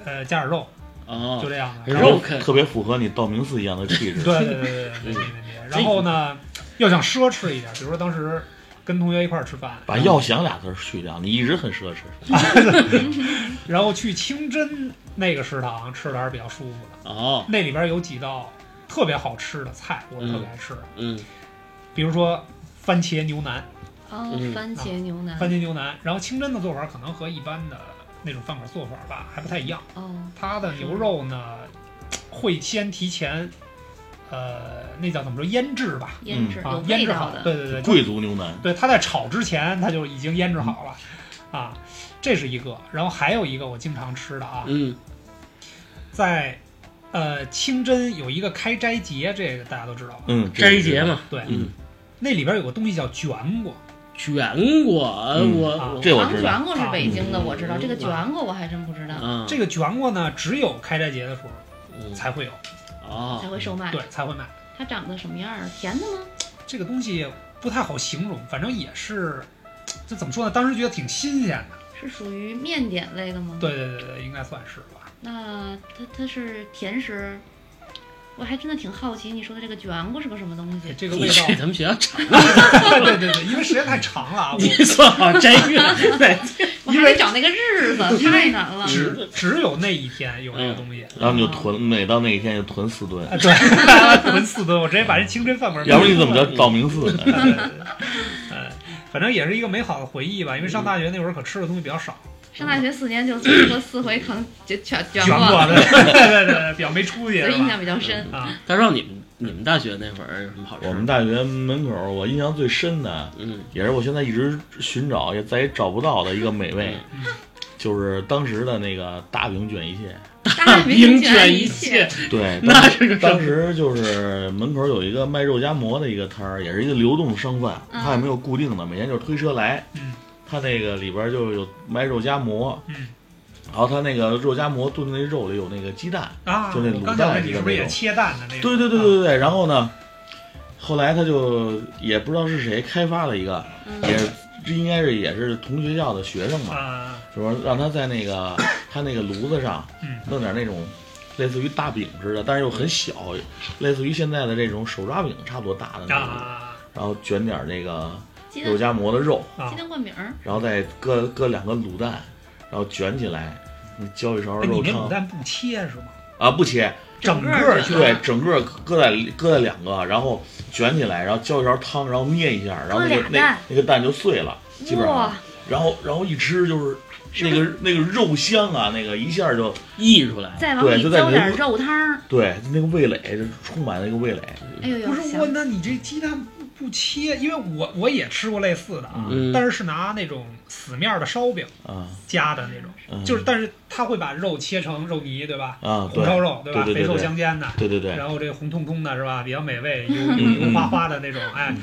A: 呃，加点肉，就
B: 哦，
A: 这样的。
B: 肉嗯
A: 然后，
B: 肯
D: 特别符合你道明寺一样的气质。
A: 对对对对对对对对。然后呢，要想奢侈一点，比如说当时跟同学一块儿吃饭，
D: 把“要想”俩字儿去掉，你一直很奢侈。
A: 然后去清真那个食堂吃的还是比较舒服的，
B: 哦
A: 那里边有几道特别好吃的菜，我特别爱吃，
B: 嗯
A: 比如说番茄牛腩，
C: 哦
B: 嗯，
C: 番茄牛腩，
A: 啊番茄牛腩。然后清真的做法可能和一般的那种饭馆做法吧还不太一样。
C: 哦，
A: 它的牛肉呢，会先提前，呃，那叫怎么说腌制吧，
C: 腌制有
A: 啊，
C: 味
A: 腌制
C: 道
A: 好，
C: 的，
A: 对对对，
D: 贵族牛腩，
A: 对，它在炒之前它就已经腌制好了，
B: 嗯
A: 啊，这是一个。然后还有一个我经常吃的啊，
B: 嗯
A: 在呃清真有一个开斋节，这个大家都知道吧？
D: 嗯，这
B: 斋
D: 个
B: 节，嘛，
A: 对，
B: 嗯
A: 那里边有个东西叫卷果，
B: 卷果
D: 嗯
A: 啊嗯
B: 我
D: 这我
C: 糖
D: 知道。
C: 卷果是北京的，
B: 嗯
C: 我知道这个卷果我还真不知
B: 我
C: 道，
B: 啊
A: 这个卷果呢只有开斋节的时候
B: 嗯
A: 才会有，
B: 哦
C: 才会售卖。
A: 对，才会卖。
C: 它长得什么样儿？甜的吗？
A: 这个东西不太好形容，反正也是，这怎么说呢？当时觉得挺新鲜的。
C: 是属于面点类的吗？，
A: 对对对对，应该算是吧。
C: 那它它是甜食，我还真的挺好奇你说的这个卷果是个什么东西？
A: 哎这个
B: 你
A: 味道
B: 去，咱们学校 查，
A: 对对对，因为时间太长了啊，
B: 你
A: 我
B: 算好斋 月，对
C: 我还得找那个日子，太难了。
A: 只只有那一天有这
D: 嗯
A: 个东西。
D: 然后你就囤，每到那一天就囤四吨，
A: 啊，对， 囤四吨，我直接把这清真饭馆。
D: 要不你怎么叫道明 寺呢？
A: 哎呃，反正也是一个美好的回忆吧，因为上大学那会儿可吃的东西比较少，
C: 上大学四年就最多四回扛卷卷卷
A: 卷过的，对对对，表没出去
C: 所以
A: 是
C: 印
A: 吧？
C: 象比较深。
A: 啊，
B: 大壮，你们你们大学那会儿有什么好吃？
D: 我们大学门口，我印象最深的，
B: 嗯
D: 也是我现在一直寻找，也再也找不到的一个美味，
B: 嗯
D: 就是当时的那个大饼卷一切。
A: 嗯
C: 大
B: 冰
C: 卷
B: 卷一
C: 切
B: 切，，
D: 对，
B: 那是 个什
D: 当
B: 么？
D: 时就是门口有一个卖肉夹馍的一个摊儿，也是一个流动商贩，
C: 嗯
D: 他也没有固定的，每天就是推车来
A: 嗯。
D: 他那个里边儿就有卖肉夹馍，
A: 嗯
D: 然后他那个肉夹馍炖的那肉里有那个鸡蛋，
A: 啊，
D: 就那
A: 我
D: 卤
A: 刚想
D: 蛋
A: 问你
D: 似的
A: 是不是
D: 那
A: 也
D: 种
A: 切蛋的那个？
D: 对对对对对对。然后呢，后来他就也不知道是谁开发了一个，也
C: 嗯，
D: 是应该是也是同学校的学生吧，
A: 啊，
D: 就说让他在 那个他那个炉子上
A: 嗯
D: 弄点那种类似于大饼似的，但是又很小，类似于现在的这种手抓饼差不多大的
A: 啊
D: 那种，
A: 啊
D: 然后卷点那个
C: 鸡蛋
D: 肉夹馍的肉，
A: 啊啊
C: 鸡！蛋灌饼儿，
D: 然后再搁搁两个卤蛋，然后卷起来，你浇一勺
A: 哎你
D: 肉
A: 那卤
D: 汤
A: 蛋不切是吗？
D: 啊，不切，
A: 整
C: 个
A: 个
C: 儿
A: 儿
C: 卷
D: 对，整个搁在搁在两个，然后卷起来，然后浇一勺汤，然后捏一下，然后那
C: 搁
D: 个
C: 俩蛋
D: 那那个蛋就碎了，基本上
C: 哇，，
D: 然后然后一吃就是那个那个肉香啊，那个一下就
B: 溢出来，
C: 再往
D: 对
C: 里
D: 就在
C: 浇
D: 你
C: 点
D: 屋
C: 肉汤儿，
D: 对那个味蕾就充满了那个味蕾，
C: 哎呦呦，
A: 不是
C: 香
A: 我，那你这鸡蛋不不切，因为我我也吃过类似的啊，
B: 嗯
A: 但是是拿那种死面儿的烧饼
D: 啊
A: 夹的那种，
D: 嗯
A: 就是但是他会把肉切成肉泥，对吧？
D: 啊，
A: 红
D: 对
A: 烧肉，吧？
D: 对对对
A: 肥瘦
D: 对
A: 相间的，
D: 对对对，嗯
A: 然后这个红彤彤的是吧？比较美味，油油油花花的那种，哎，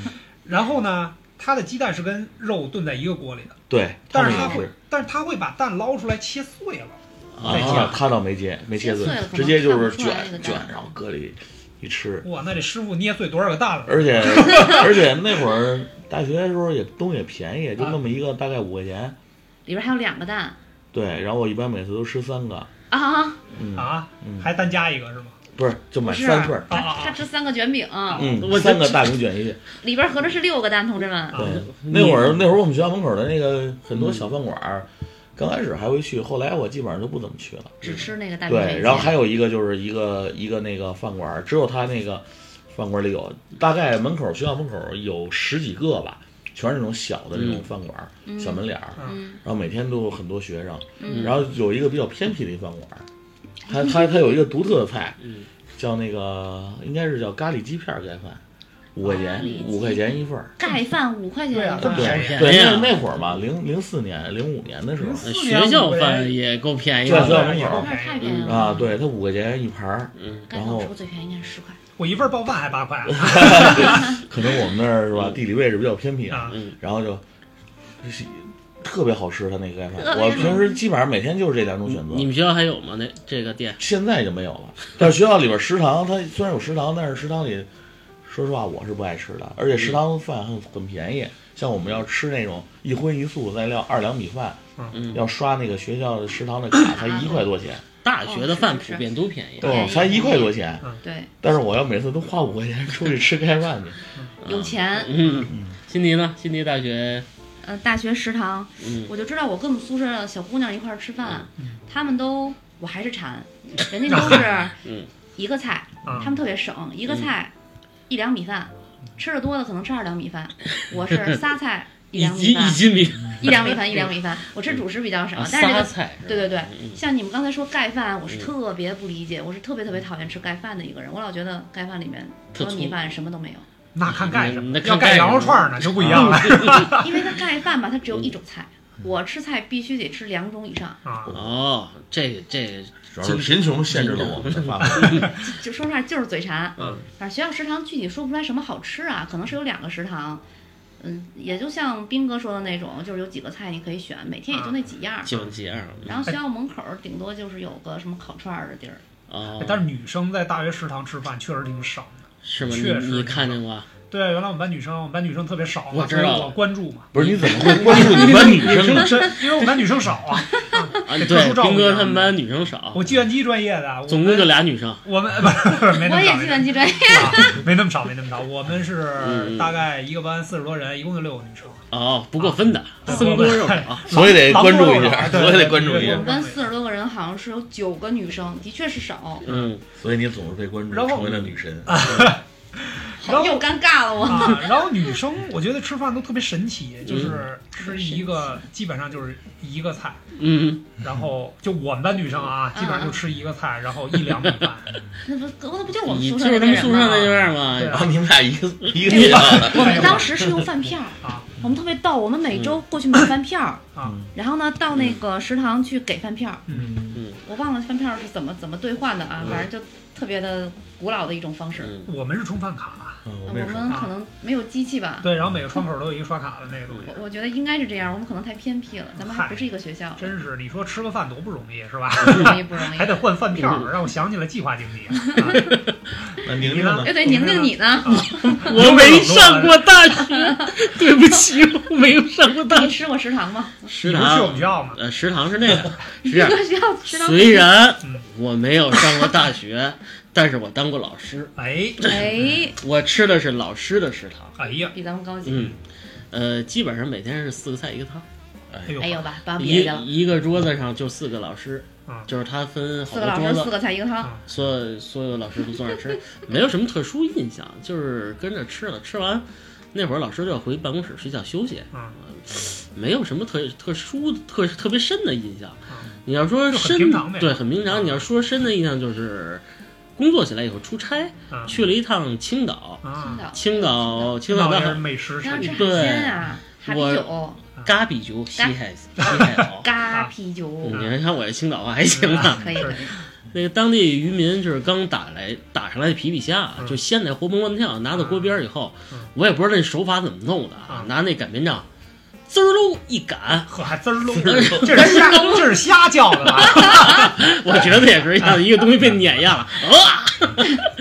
A: 然后呢，它的鸡蛋是跟肉炖在一个锅里的，
D: 对，他
A: 但
D: 们
A: 是它
D: 也
A: 会
D: 是，
A: 但是它会把蛋捞出来切碎了，再切
D: 啊，他倒没切没
C: 切
D: 切
C: 碎了可能
D: 直接就
C: 看
D: 是
C: 不出来那个
D: 卷
C: 蛋
D: 卷，然后搁里一吃，
A: 哇，那这师傅捏碎多少个蛋了？
D: 而且而且那会儿大学的时候也东西也便宜，就那么一个大概五块钱，
C: 里边还有两个蛋
D: 对，然后我一般每次都吃三个，
C: 啊，
D: 嗯，
A: 啊
D: 嗯，
A: 还单加一个是吗？
D: 不是就买
C: 不是
D: 三份
A: 啊
D: 儿，
C: 他他
A: 啊
C: 吃三个卷饼，
D: 嗯
B: 我，
D: 三个大饼卷一切。
C: 里边合着是六个蛋，同志们，
A: 啊！嗯
D: 对，
B: 嗯
D: 那会儿那会儿我们学校门口的那个很多小饭馆儿，刚开始还会去，后来我基本上就不怎么去了。
C: 只吃那个蛋卷一
D: 对，
C: 切
D: 然后还有一个就是一个一个那个饭馆儿，只有他那个饭馆里有，大概门口学校门口有十几个吧，全是那种小的那种饭馆儿，
C: 嗯
D: 小门脸儿，
C: 嗯
D: 然后每天都有很多学生，
C: 嗯
D: 然后有一个比较偏僻的一饭馆儿，他他他有一个独特的菜，
B: 嗯
D: 叫那个应该是叫咖喱鸡片儿盖饭，五块
C: 咖
D: 钱
C: 喱鸡
D: 五块钱一份儿。
C: 盖饭五块
A: 对啊
C: 钱一
A: 这么
C: 份，
A: 便宜
D: 对，
B: 便宜
D: 那
B: 啊
D: 那会儿嘛，零零四年、零五年的时候
A: 04
B: 学校饭也够便宜
D: 对学校
B: 的，
D: 门口
C: 那太便宜了
D: 啊，，对，它五块钱一盘儿，
B: 嗯，
C: 盖饭我吃过最便宜应该是十块，
A: 我一份报饭还八块啊
D: 哎可能我们那儿是吧，
B: 嗯
D: 地理位置比较偏僻，
A: 啊！
D: 然后就就是特别好吃，它那个盖
C: 特
D: 饭。
C: 别好
D: 我平时基本上每天就是这两种选择
B: 嗯你，们学校还有吗？那这个店
D: 现在就没有了。但是学校里边食堂，它虽然有食堂，但是食堂里说实话我是不爱吃的，而且食堂饭很很便宜。像我们要吃那种一荤一素再料二两米饭，
B: 嗯
D: 要刷那个学校的食堂的卡，才一块多钱，
B: 大学的
C: 哦
B: 饭
C: 是是
B: 普遍都便宜，
C: 便宜
D: 才一块多钱。
C: 对，
D: 但是我要每次都花五块钱出去吃盖饭去，
C: 有钱，
B: 嗯，辛迪呢？辛迪大学，
C: 呃，大学食堂，
B: 嗯，
C: 我就知道我跟我们宿舍的小姑娘一块儿吃饭，她们都我还是馋，人家都是
B: 嗯
C: 一个菜，
A: 啊
C: 她
D: 嗯
C: 们特别省，一个菜一两米饭，吃的多的可能吃二两米饭，我是仨菜一
B: 一
C: 两米
B: 斤一
C: 饭，
B: 斤米
C: 一两米饭一两米饭，我吃主食比较少
B: 啊，
C: 但是这
B: 仨
C: 个
B: 菜是吧，
C: 对对对，
B: 嗯
C: 像你们刚才说盖饭，我是
B: 嗯
C: 特别不理解，我是特别特别讨厌吃盖饭的一个人，我老觉得盖饭里面除
B: 特
C: 了
B: 粗
C: 米饭什么都没有，
A: 那看盖什么
B: 嗯那，看
A: 要
B: 盖
A: 盖
B: 什么
A: 羊肉串呢就不一样了啊
C: 因为它盖饭吧，它只有一种菜，嗯我吃菜必须得吃两种以上。
A: 啊！
B: 哦，这个这个
D: 主要是贫穷限制了我们的饭碗。
C: 就说实话就是嘴馋。
B: 嗯，
C: 反正学校食堂具体说不出来什么好吃啊，可能是有两个食堂。嗯，也就像斌哥说的那种，就是有几个菜你可以选，每天也就那几样儿。
B: 就这样，
C: 然后学校门口儿顶多就是有个什么烤串儿的地儿，
B: 哦，
A: 但是女生在大学食堂吃饭确实挺少的。
B: 是吗？
A: 确实
B: 你你看见过？啊
A: 对，原来我们班女生，我们班女生特别少嘛，
B: 我知
A: 所以
B: 道
A: 我关注嘛。
D: 不是你怎么会关注你们班女生呢？
A: 真，因为我们班女生少 啊，
B: 啊，
A: 这特殊
B: 对，
A: 照顾一
B: 斌哥
A: 下
B: 他们班女生少，
A: 我计算机专业的，我
B: 总共就俩女生。
A: 我们不是不是没那
C: 我
A: 么
C: 也
A: 少
C: 计算机专业，
A: 啊，没那么少，没那么少。我们是
B: 嗯
A: 大概一个班四十多人，一共就六个女生。
B: 哦，不过分的，
A: 啊
B: 僧多肉少。
D: 所以得关注一
A: 狼
D: 下，
A: 多肉
D: 所以得关注一
A: 对
D: 下
A: 对。
C: 我们四十多个人好像是有九个女生，的确是少。
B: 嗯，
D: 所以你总是被关注，
A: 然后哎
D: 成为了女神。
A: 然后
C: 又尴尬了我。
A: 啊，然后女生我觉得吃饭都特别神奇，就是吃一个基本上就是一个 菜，
B: 嗯，
A: 然后就我们班女生啊，基本上就吃一个菜，然后一两米 饭。
C: 那不，那不就是我们
B: 你
C: 宿
B: 就
C: 舍
B: 是
C: 那
B: 他
C: 边
B: 们
C: 人
B: 宿舍
C: 吗
B: 那院嘛，
A: 对
D: 然后你们俩一 个一个地方的，
C: 我们当时是用饭票儿
A: 啊，
C: 我们特别逗，我们每周过去买饭票儿，
A: 啊，
C: 然后呢到那个食堂去给饭票儿，
A: 嗯，
C: 我忘了饭票儿是怎么怎么兑换的啊，反正就特别的古老的一种方式。
B: 嗯，
A: 我们是充饭卡，
D: 嗯
C: 我
D: 我们也是
C: 们可能没有机器吧，
A: 对，然后每个窗口都有一个刷卡的那个东西。
C: 我我觉得应该是这样，我们可能太偏僻了，咱们还不是一个学校，
A: 真 是，你说吃个饭多不容易是吧？
C: 不容易不容易
A: 还。得换饭票，
B: 嗯
A: 让我想起了计划经济。
D: 那宁宁呢
C: 哎，？对，宁宁你 呢？
B: 我没上过大学， 对不起，我没有上过大
A: 嗯
C: 你
B: 学。
C: 吃过食 堂吗？
B: 食
A: 你不是去我们
B: 堂
A: 学，校吗？
B: 呃，食堂是那 样，是这
C: 这
B: 样。
C: 个学校食堂。
B: 虽然
A: 嗯
B: 我没有上过大学，但是我当过老师，
A: 哎，
C: 哎，
B: 我吃的是老师的食堂。
A: 哎呀，
C: 比咱们高级。
B: 嗯，呃，基本上每天是四个菜一个汤，
A: 哎呦，
C: 哎呦吧，把我
B: 嗯
C: 们
B: 一
C: 别了。
B: 一个桌子上就四个老师
A: 啊，
B: 就是他分好
C: 四个
B: 多
C: 老
B: 桌
C: 师，四
B: 子，
C: 个菜，一个汤。
B: 所有所有老师都坐那儿吃， 没有什么特殊印象，就是跟着吃了，吃完那会儿老师就要回办公室睡觉休息，
A: 嗯，
B: 没有什么特特殊特特别深的印象
A: 嗯。
B: 你要说
A: 就很
B: 深
A: 平常嗯呗，
B: 对，很平常。你要说深的印象就是工作起来以后出差，
A: 嗯
B: 去了一趟青岛，
C: 青
A: 啊，
C: 岛，
B: 青岛青岛
A: 那
B: 那
A: 也是
B: 儿
A: 美食
C: 让
A: 产
C: 吃
A: 地
C: 海鲜啊，海啤
B: 我
C: 酒，
A: 嗯
B: 嘎比酒西 海西海岛。
C: 嘎啤酒。
B: 嗯你还看我这青岛话还行啊。
A: 哎
C: 可以可以，
B: 那个当地渔民就是刚打来打上来的皮皮虾，
A: 嗯
B: 就鲜得活蹦乱跳，拿到锅边儿以后
A: 嗯，
B: 我也不知道那手法怎么弄的啊
A: 嗯，
B: 拿那擀面杖滋儿喽一 擀，
A: 呵，还滋儿喽，这是瞎，这是瞎叫的 吧？
B: 我觉得也是一样，一个东西被碾压了啊！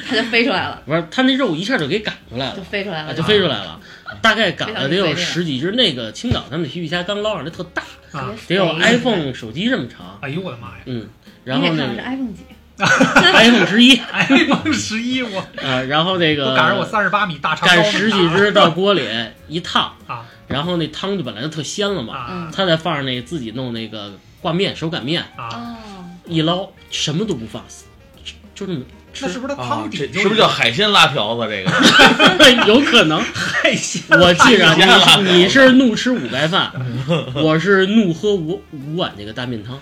C: 它就飞出来了，
B: 不是，他那肉一下就给擀出来了
C: 就。飞出来
A: 哎
B: 啊，
C: 了，
B: 就飞出来了，大概赶了得有十几只。那个青岛他们的皮皮虾刚捞上来特大，
A: 啊，
B: 得有 iPhone 手机这么长，
A: 哎呦我的妈呀
B: 嗯，然
C: 你
B: 后
C: 得
B: 那
C: 看是
B: 个
C: iPhone 几，
B: iPhone 十一，
A: ！iPhone 哎十一，我
B: 呃，然后那
A: 我赶上我
B: 个
A: 三十八米大长
B: 干
A: 刀，
B: 十几只到锅里一烫，
A: 啊
B: 然后那汤就本来就特鲜了嘛，
A: 啊
C: 嗯
B: 他再放上那自己弄那个挂面手擀面，
A: 啊！
C: 哦，
B: 一捞什么都不放，就就 这么
A: 那是
B: 吃，
A: 不是它
D: 啊
A: 汤，底
D: 这
A: 就是
D: 不是叫海鲜辣条子？ 这个
B: 有可 能。
A: 海鲜？
B: 我记着
D: 太咸了
B: 你你是怒吃五盖饭， 我是怒喝五五碗这个大面汤，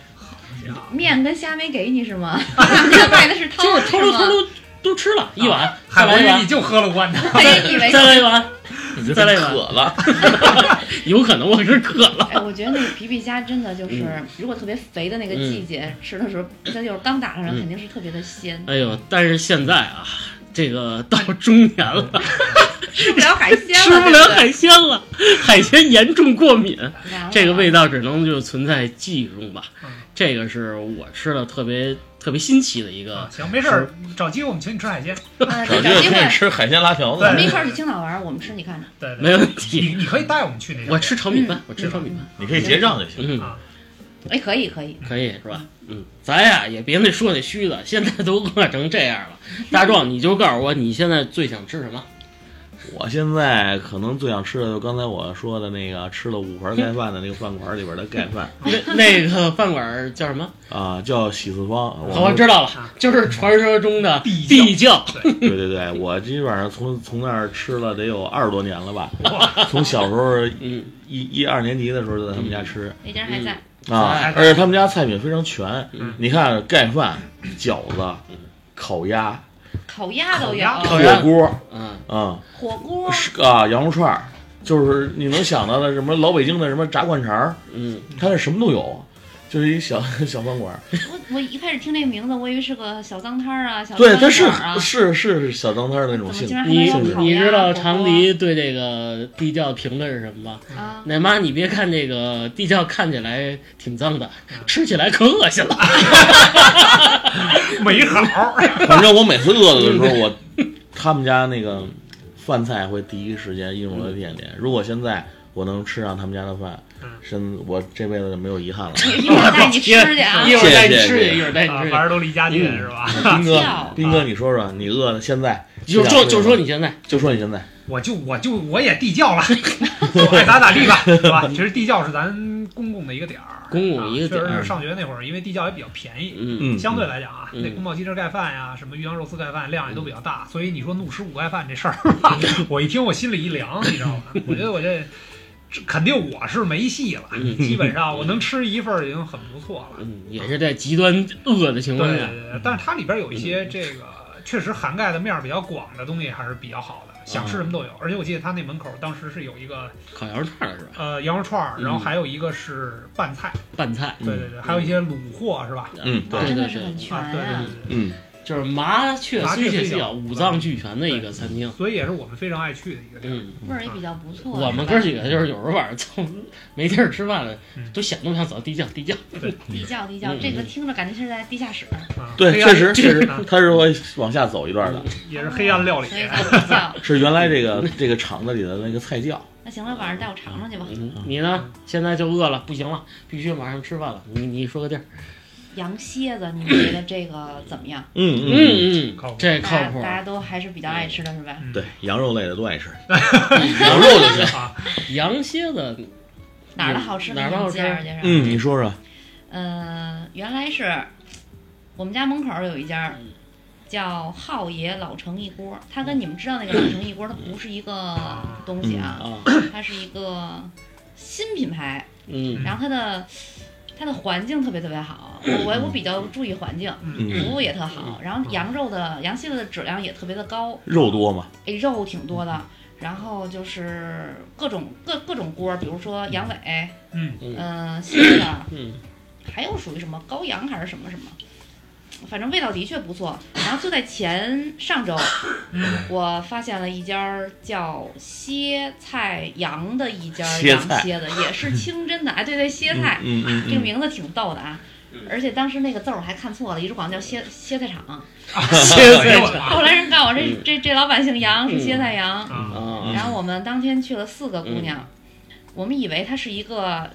C: 面跟虾没给你 是吗？他卖的是汤，
B: 就是偷
C: 是
B: 溜
C: 吗
B: 偷溜都吃了一碗，
A: 海
B: 再来
A: 我
B: 一
A: 以为你
B: 碗，
A: 就喝了罐头，
C: 哎，啊以为
B: 再来一碗，
D: 你这
B: 再来一碗
D: 渴 了，
B: 有可能我是渴了。
C: 哎，我觉得那个皮皮虾真的就是，
B: 嗯
C: 如果特别肥的那个季节吃的时候，它就是刚打上来，
B: 嗯
C: 肯定是特别的鲜，
B: 哎呦，但是现在啊，这个到中年了，
C: 吃不了海鲜了，
B: 吃不了海鲜了，海鲜严重过敏，
C: 海
B: 这个味
C: 道。
B: 道只能就存在记忆中吧
A: 嗯。
B: 这个是我吃了特别特别新奇的一
A: 啊
B: 个，
A: 行，没事儿，找机会我们请你吃海鲜。
C: 啊
D: 找
C: 对
D: 机
C: 找
D: 会
C: 机
D: 可以
C: 会，
D: 吃海鲜辣条
C: 我们一
D: 子，
C: 块儿去青岛玩，我们吃你看着。
A: 对，对
B: 没问题。
A: 你你可以带我们去那地
B: 我
A: 方。
B: 吃炒米饭，我吃炒米饭，
D: 你可以结账就行。
B: 嗯。
C: 哎，可以可以，
B: 可以是吧？嗯，咱呀也别那说那虚的，现在都饿成这样了。大壮，你就告诉我你现在最想吃什么？
D: 我现在可能最想吃的，就刚才我说的那个，吃了五盘盖饭的那个饭馆里边的盖 饭
B: 那那个饭馆叫什么？
D: 啊，叫喜四方。
B: 好我
D: 我
B: 知道了
A: 啊，
B: 就是传说中的
A: 地窖
B: 地窖。
D: 对对对，我基本上从从那儿吃了得有二十多年了吧，从小时候
B: 嗯，
D: 一一二年级的时候就在他们家吃
C: 那家还在，
D: 啊
B: 嗯，
D: 而且他们家菜品非常全
A: 嗯，
D: 你看盖饭、饺子、烤鸭、
C: 烤鸭都有，
B: 烤鸭
D: 火锅
B: 嗯，
D: 啊
C: 火锅，
D: 是啊羊肉串儿，就是你能想到的什么老北京的什么炸灌肠儿，
B: 嗯，
D: 它那什么都有，就是一小 小饭馆儿。
C: 我我一开始听这个名字，我以为是个小脏摊儿啊，小
D: 对，它
C: 它
D: 是
C: 啊，
D: 是是是小脏摊儿那
C: 怎
D: 种
C: 么
D: 性
C: 竟然
D: 质。
C: 还能
B: 你
C: 有烤鸭？
B: 你知道
C: 火锅
B: 长笛对这个地窖评论是什么吗？
C: 啊？
B: 奶妈，你别看这个地窖看起来挺脏的，
A: 嗯
B: 吃起来可恶心了。
A: 没好
B: 哎
A: 儿，
D: 反正我每次饿了的时候，我他们家那个饭菜会第一时间映入我的眼帘。如果现在我能吃上他们家的饭
A: 嗯，
D: 真我这辈子就没有遗憾了。
C: 一会儿带 你吃去 啊！
B: 一会儿带你
D: 谢
B: 吃
D: 谢谢谢
B: 去，一会儿带你
A: 啊
B: 吃
A: 反正
B: 去。
A: 都离家近
B: 嗯
A: 是吧？
D: 斌
C: 笑
D: 哥，斌哥，你说说，你饿的现在
B: 就
D: 想
B: 就
D: 吃
B: 就
D: 什
B: 说
D: 么
B: 你现在
D: 就说你现在
A: 我就我就我也地窖了， 我爱咋咋地吧，对吧？其实地窖是咱公共的一个点儿，
B: 公共一个点
A: 啊
B: 儿
A: 确实是上学那会儿，因为地窖也比较便宜，
B: 嗯
D: 嗯，
A: 相对来讲啊，
B: 嗯
A: 那宫保鸡丁盖饭呀、什么鱼香肉丝盖饭量也都比较大，所以你说怒吃五盖饭这事儿吧，
B: 嗯
A: 我一听我心里一凉，你知道吗？我觉得我这这肯定我是没戏了，
B: 嗯
A: 基本上我能吃一份儿已经很不错了。
B: 嗯，也是在极端饿的情
A: 对
B: 况
A: 对
B: 下，
A: 对对，但是它里边有一些这个确实涵盖的面儿比较广的东西，还是比较好
B: 嗯
A: 的，想吃什么都有。而且我记得它那门口当时是有一个
B: 烤羊肉串儿是吧？
A: 呃羊肉串儿，然后
B: 嗯
A: 还有一个是拌菜，
B: 拌菜，
A: 对对对，还有一些卤货是吧？啊
D: 嗯对
B: 对
C: 真的
B: 对
C: 是很全
A: 啊，对对
C: 啊
A: 对。对
D: 嗯
B: 就是麻雀虽
A: 麻雀
B: 小，
A: 虽小嗯
B: 五脏俱全的一个餐厅。
A: 所以也是我们非常爱去的一个地儿。
B: 嗯，
C: 味儿也比较不错。啊
B: 我们
C: 是吧
B: 哥几个就是有时候晚上凑没地儿吃饭了
A: 嗯，
B: 都想都想走地窖地窖。
C: 地窖地窖，
B: 嗯
C: 这个听着感觉是在地下室，
A: 啊
D: 对，
B: 哎
A: 黑暗
D: 确实确实
A: 啊，
D: 它是会往下走一段的，
A: 也是黑暗料理
C: 所。以叫地窖。
D: 是原来这个这个厂子里的那个菜窖。
C: 那行了，晚上带我尝尝去吧。
B: 嗯，你呢？现在就饿了，不行了，必须马上吃饭了。你你说个地儿。
C: 羊蝎子，你们觉得这个怎么样？
D: 嗯
B: 嗯
A: 靠谱
B: 这
C: 大
B: 靠
C: 家
B: 谱
C: 大。家都还是比较爱吃的是吧？
A: 嗯
D: 对，羊肉类的都爱吃，羊肉就行。
A: 啊，
B: 羊蝎子，
C: 哪儿的好吃？
B: 哪儿的好吃
C: 给你们介绍介绍。
D: 嗯，你说说，
C: 呃，原来是我们家门口有一家
B: 嗯
C: 叫浩爷老城一锅，它跟你们知道那个老城一锅，它不是一个东西啊，
B: 啊，
C: 它是一个新品牌，
B: 嗯
C: 然后它的它的环境特别特别好，我我比较注意环境。
A: 嗯，
C: 服
D: 嗯，
C: 务也特好，然后羊肉的羊蝎子的质量也特别的高，
D: 肉多嘛，
C: 哎，肉挺多的，然后就是各种各各种锅，比如说羊尾，
A: 嗯
C: 嗯，蝎子，
B: 嗯
C: 还有属于什么羔羊还是什么什么，反正味道的确不错。然后就在前上周，
D: 嗯
C: 我发现了一家儿叫歇菜羊的一家儿
D: 歇
C: 羊
D: 菜
C: 蝎子，也是清真的，哎，对对，歇
D: 嗯
C: 菜，啊
D: 嗯嗯
C: 这个
D: 嗯，
C: 名字挺逗的啊。而且当时那个字儿我还看错了，一直管它叫歇歇菜场，
A: 啊
B: 蝎子
C: 后来人告诉我这
B: 嗯
C: 这这老板姓杨，
D: 嗯
C: 是歇菜杨。
A: 啊，
B: 啊，
C: 然后我们当天去了四个姑娘，我们以为它是一个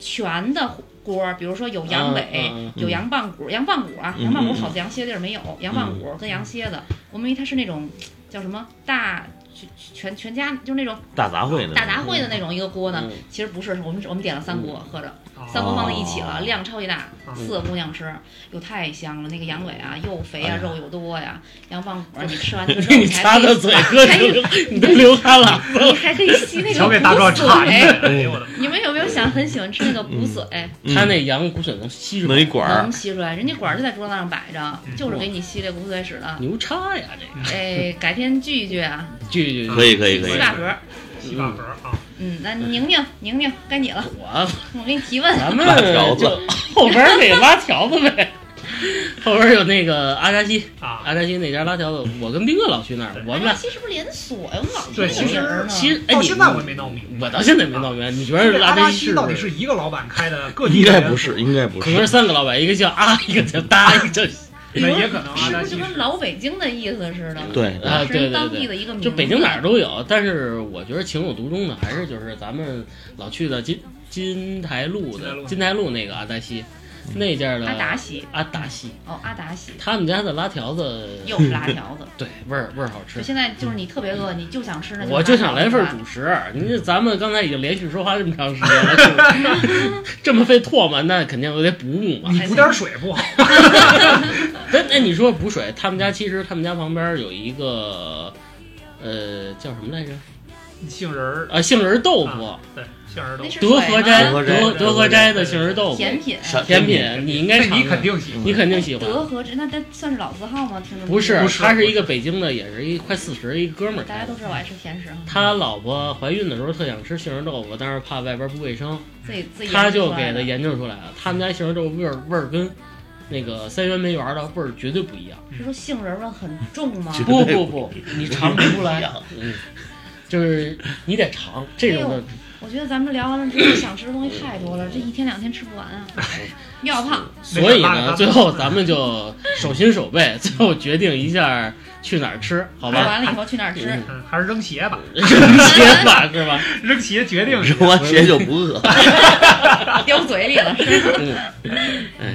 C: 全的锅，比如说有羊尾
B: 嗯嗯、
C: 有羊棒骨、羊棒骨啊，
D: 嗯
C: 羊棒骨好像羊蝎地儿没有，羊棒骨跟羊蝎子，我们以为它是那种叫什么大。全全全家就是那种
D: 大杂烩呢，
C: 大杂烩的那种一个锅呢
B: 嗯，
C: 其实不是，我们我们点了三锅喝着，三
A: 啊
C: 锅放在一起了，
D: 哦
C: 量超级大，
A: 嗯
C: 四个姑娘吃，哟太香了，那个羊尾啊又肥
D: 哎
C: 啊
D: 呀
C: 肉又多呀，羊棒骨啊你吃完这个肉
B: 你
C: 你还
B: 擦擦
C: 可以
B: 嘴，哥，你都流你都流汗了。
C: 你还可以吸 那
A: 瞧
C: 个
A: 给大壮
C: 骨
A: 馋
C: 髓。
B: 嗯
A: 的，哎呦我的妈！
C: 你们有没有想很喜欢吃那个骨髓？
D: 嗯
B: 他那羊骨髓能吸出
D: 弄一管儿
C: 能，吸出来，人家管儿就在桌子上摆着，
A: 嗯
C: 就是给你吸这骨髓使的。
B: 牛叉呀，这
C: 哎，改天聚一聚啊，
B: 个聚聚
D: 可以可以可
C: 西
B: 嗯
D: 以，
C: 大盒。
A: 西坝河啊，
C: 嗯，那宁宁宁宁该你了，
B: 我
C: 我给你提问。
B: 啊咱们
D: 拉条子
B: 就后边儿得拉条子呗。后边儿有那个阿扎西，
A: 啊，
B: 阿扎西那家拉条子，我跟斌哥老去那儿，我们俩
C: 哎其实不是连锁呀，我老
A: 对
C: 听这名儿呢。
B: 其实哎，
A: 到
B: 你
A: 现在我也没闹明白，
B: 我到现在没闹明白，你觉得
A: 这阿
B: 扎
A: 扎
B: 西
A: 西
B: 是
A: 到
B: 不
A: 底
B: 是？
A: 是一个老板开的，
C: 嗯
A: 各地
D: 应
A: 的
D: 该
A: 人
D: 不，是，应该不
B: 可能是
D: 是，
B: 三个老板，一个叫阿，一个叫达，一个叫
A: 那也可能阿
C: 是
A: 扎
C: 不是
A: 西
C: 就跟
A: 是。
C: 老北京的意思似的？
D: 对，
B: 啊，
C: 是
B: 对
C: 人
B: 对
C: 当地的
B: 对。
C: 一个名字。
B: 就北京哪儿都有，但是我觉得情有独钟的还是就是咱们老去的金金台路的金
A: 金
B: 台路那个阿达西，那家的
C: 阿达西
B: 阿达西，
C: 哦，阿 达西
B: 他们家的拉条子
C: 又是拉条子。
B: 对味儿味儿好吃
C: 就。现在就是你特别饿，你就想吃那。
B: 我就想来份。主食，您这咱们刚才已经连续说话这么长时间了，是不是 这么费唾沫，那肯定有点补补嘛。
A: 你补点水不好？
B: 那那哎你说补水，他们家其实他们家旁边有一个，呃，叫什么来着？
A: 杏仁儿，
B: 啊，杏仁豆腐，
A: 对，杏仁儿都
C: 那。是
B: 德
C: 水吗
B: 和斋，
D: 德和斋
B: 德
A: 对
B: 德和斋的杏仁豆腐，
C: 甜品。
D: 陕
B: 甜品，你应该
A: 这
B: 尝
A: 你肯
B: 尝，
A: 定喜欢
B: 你肯定喜欢。
C: 德和这那这算是老字号吗？听着
B: 不是
A: 不，是
B: 他是一个北京的，也是一快四十一哥们儿
C: 大家
B: 开
C: 都
B: 的。
C: 知道我爱吃甜食哈，
B: 他老婆怀孕的时候特想吃杏仁豆腐，但是怕外边不卫生，
C: 自己自己
B: 他
C: 研究
B: 就
C: 出来
B: 给他
C: 的
B: 研究出来了。他们家杏仁豆腐味儿味儿跟那个三元梅园儿的味儿绝对不一样。
C: 是说杏仁味很重吗？
D: 绝
B: 不
D: 对
B: 不不，你尝不出 来。嗯，就是你得尝这种
C: 哎
B: 的
C: 呦，我觉得咱们聊完了之后，想吃的东西太多了，这一天两天吃不 完啊，要胖。
B: 所以
A: 那个拉
B: 呢，
A: 拉
B: 最后咱们就手心手背， 最后决定一下去哪儿吃，好
C: 吃
B: 吧？
C: 完了以后去哪儿吃？
B: 嗯
A: 嗯，还是扔鞋吧，
B: 扔鞋吧，是吧？
A: 扔鞋决定啊
D: 扔完鞋就不饿。
C: 叼嘴里了。是
B: 嗯，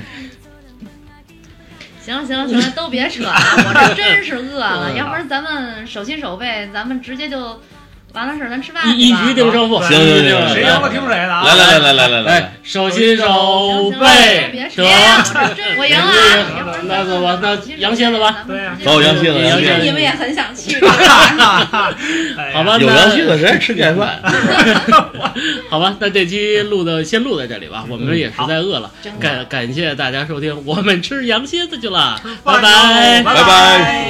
C: 行了行了行了，都别扯了，我这真是饿了，要不然咱们手心手背，咱们直接就完了事儿咱吃饭去吧。
B: 一一局定胜负，
D: 行行行
A: 谁赢了听谁的啊！
D: 来来来来 来
B: 哎
D: 来，，
B: 手心手背
C: 别
B: 得
C: 这，样，这我赢了。啊
B: 那怎么那羊蝎子吧？
A: 对呀
C: 哦
D: 走羊蝎子
B: 羊
C: 其
B: 蝎
C: 实
B: 子
C: 你们也很想去，
A: 哎呀
B: 好吧，
D: 有
B: 那
D: 良心的谁还吃盖饭？
B: 好吧，那这期录的先录在这里吧，我们也实在饿了，
C: 真的。
B: 感感谢大家收听，我们吃羊蝎子去了，
A: 拜
B: 拜
A: 拜
D: 拜
A: 拜
D: 拜。
C: 哎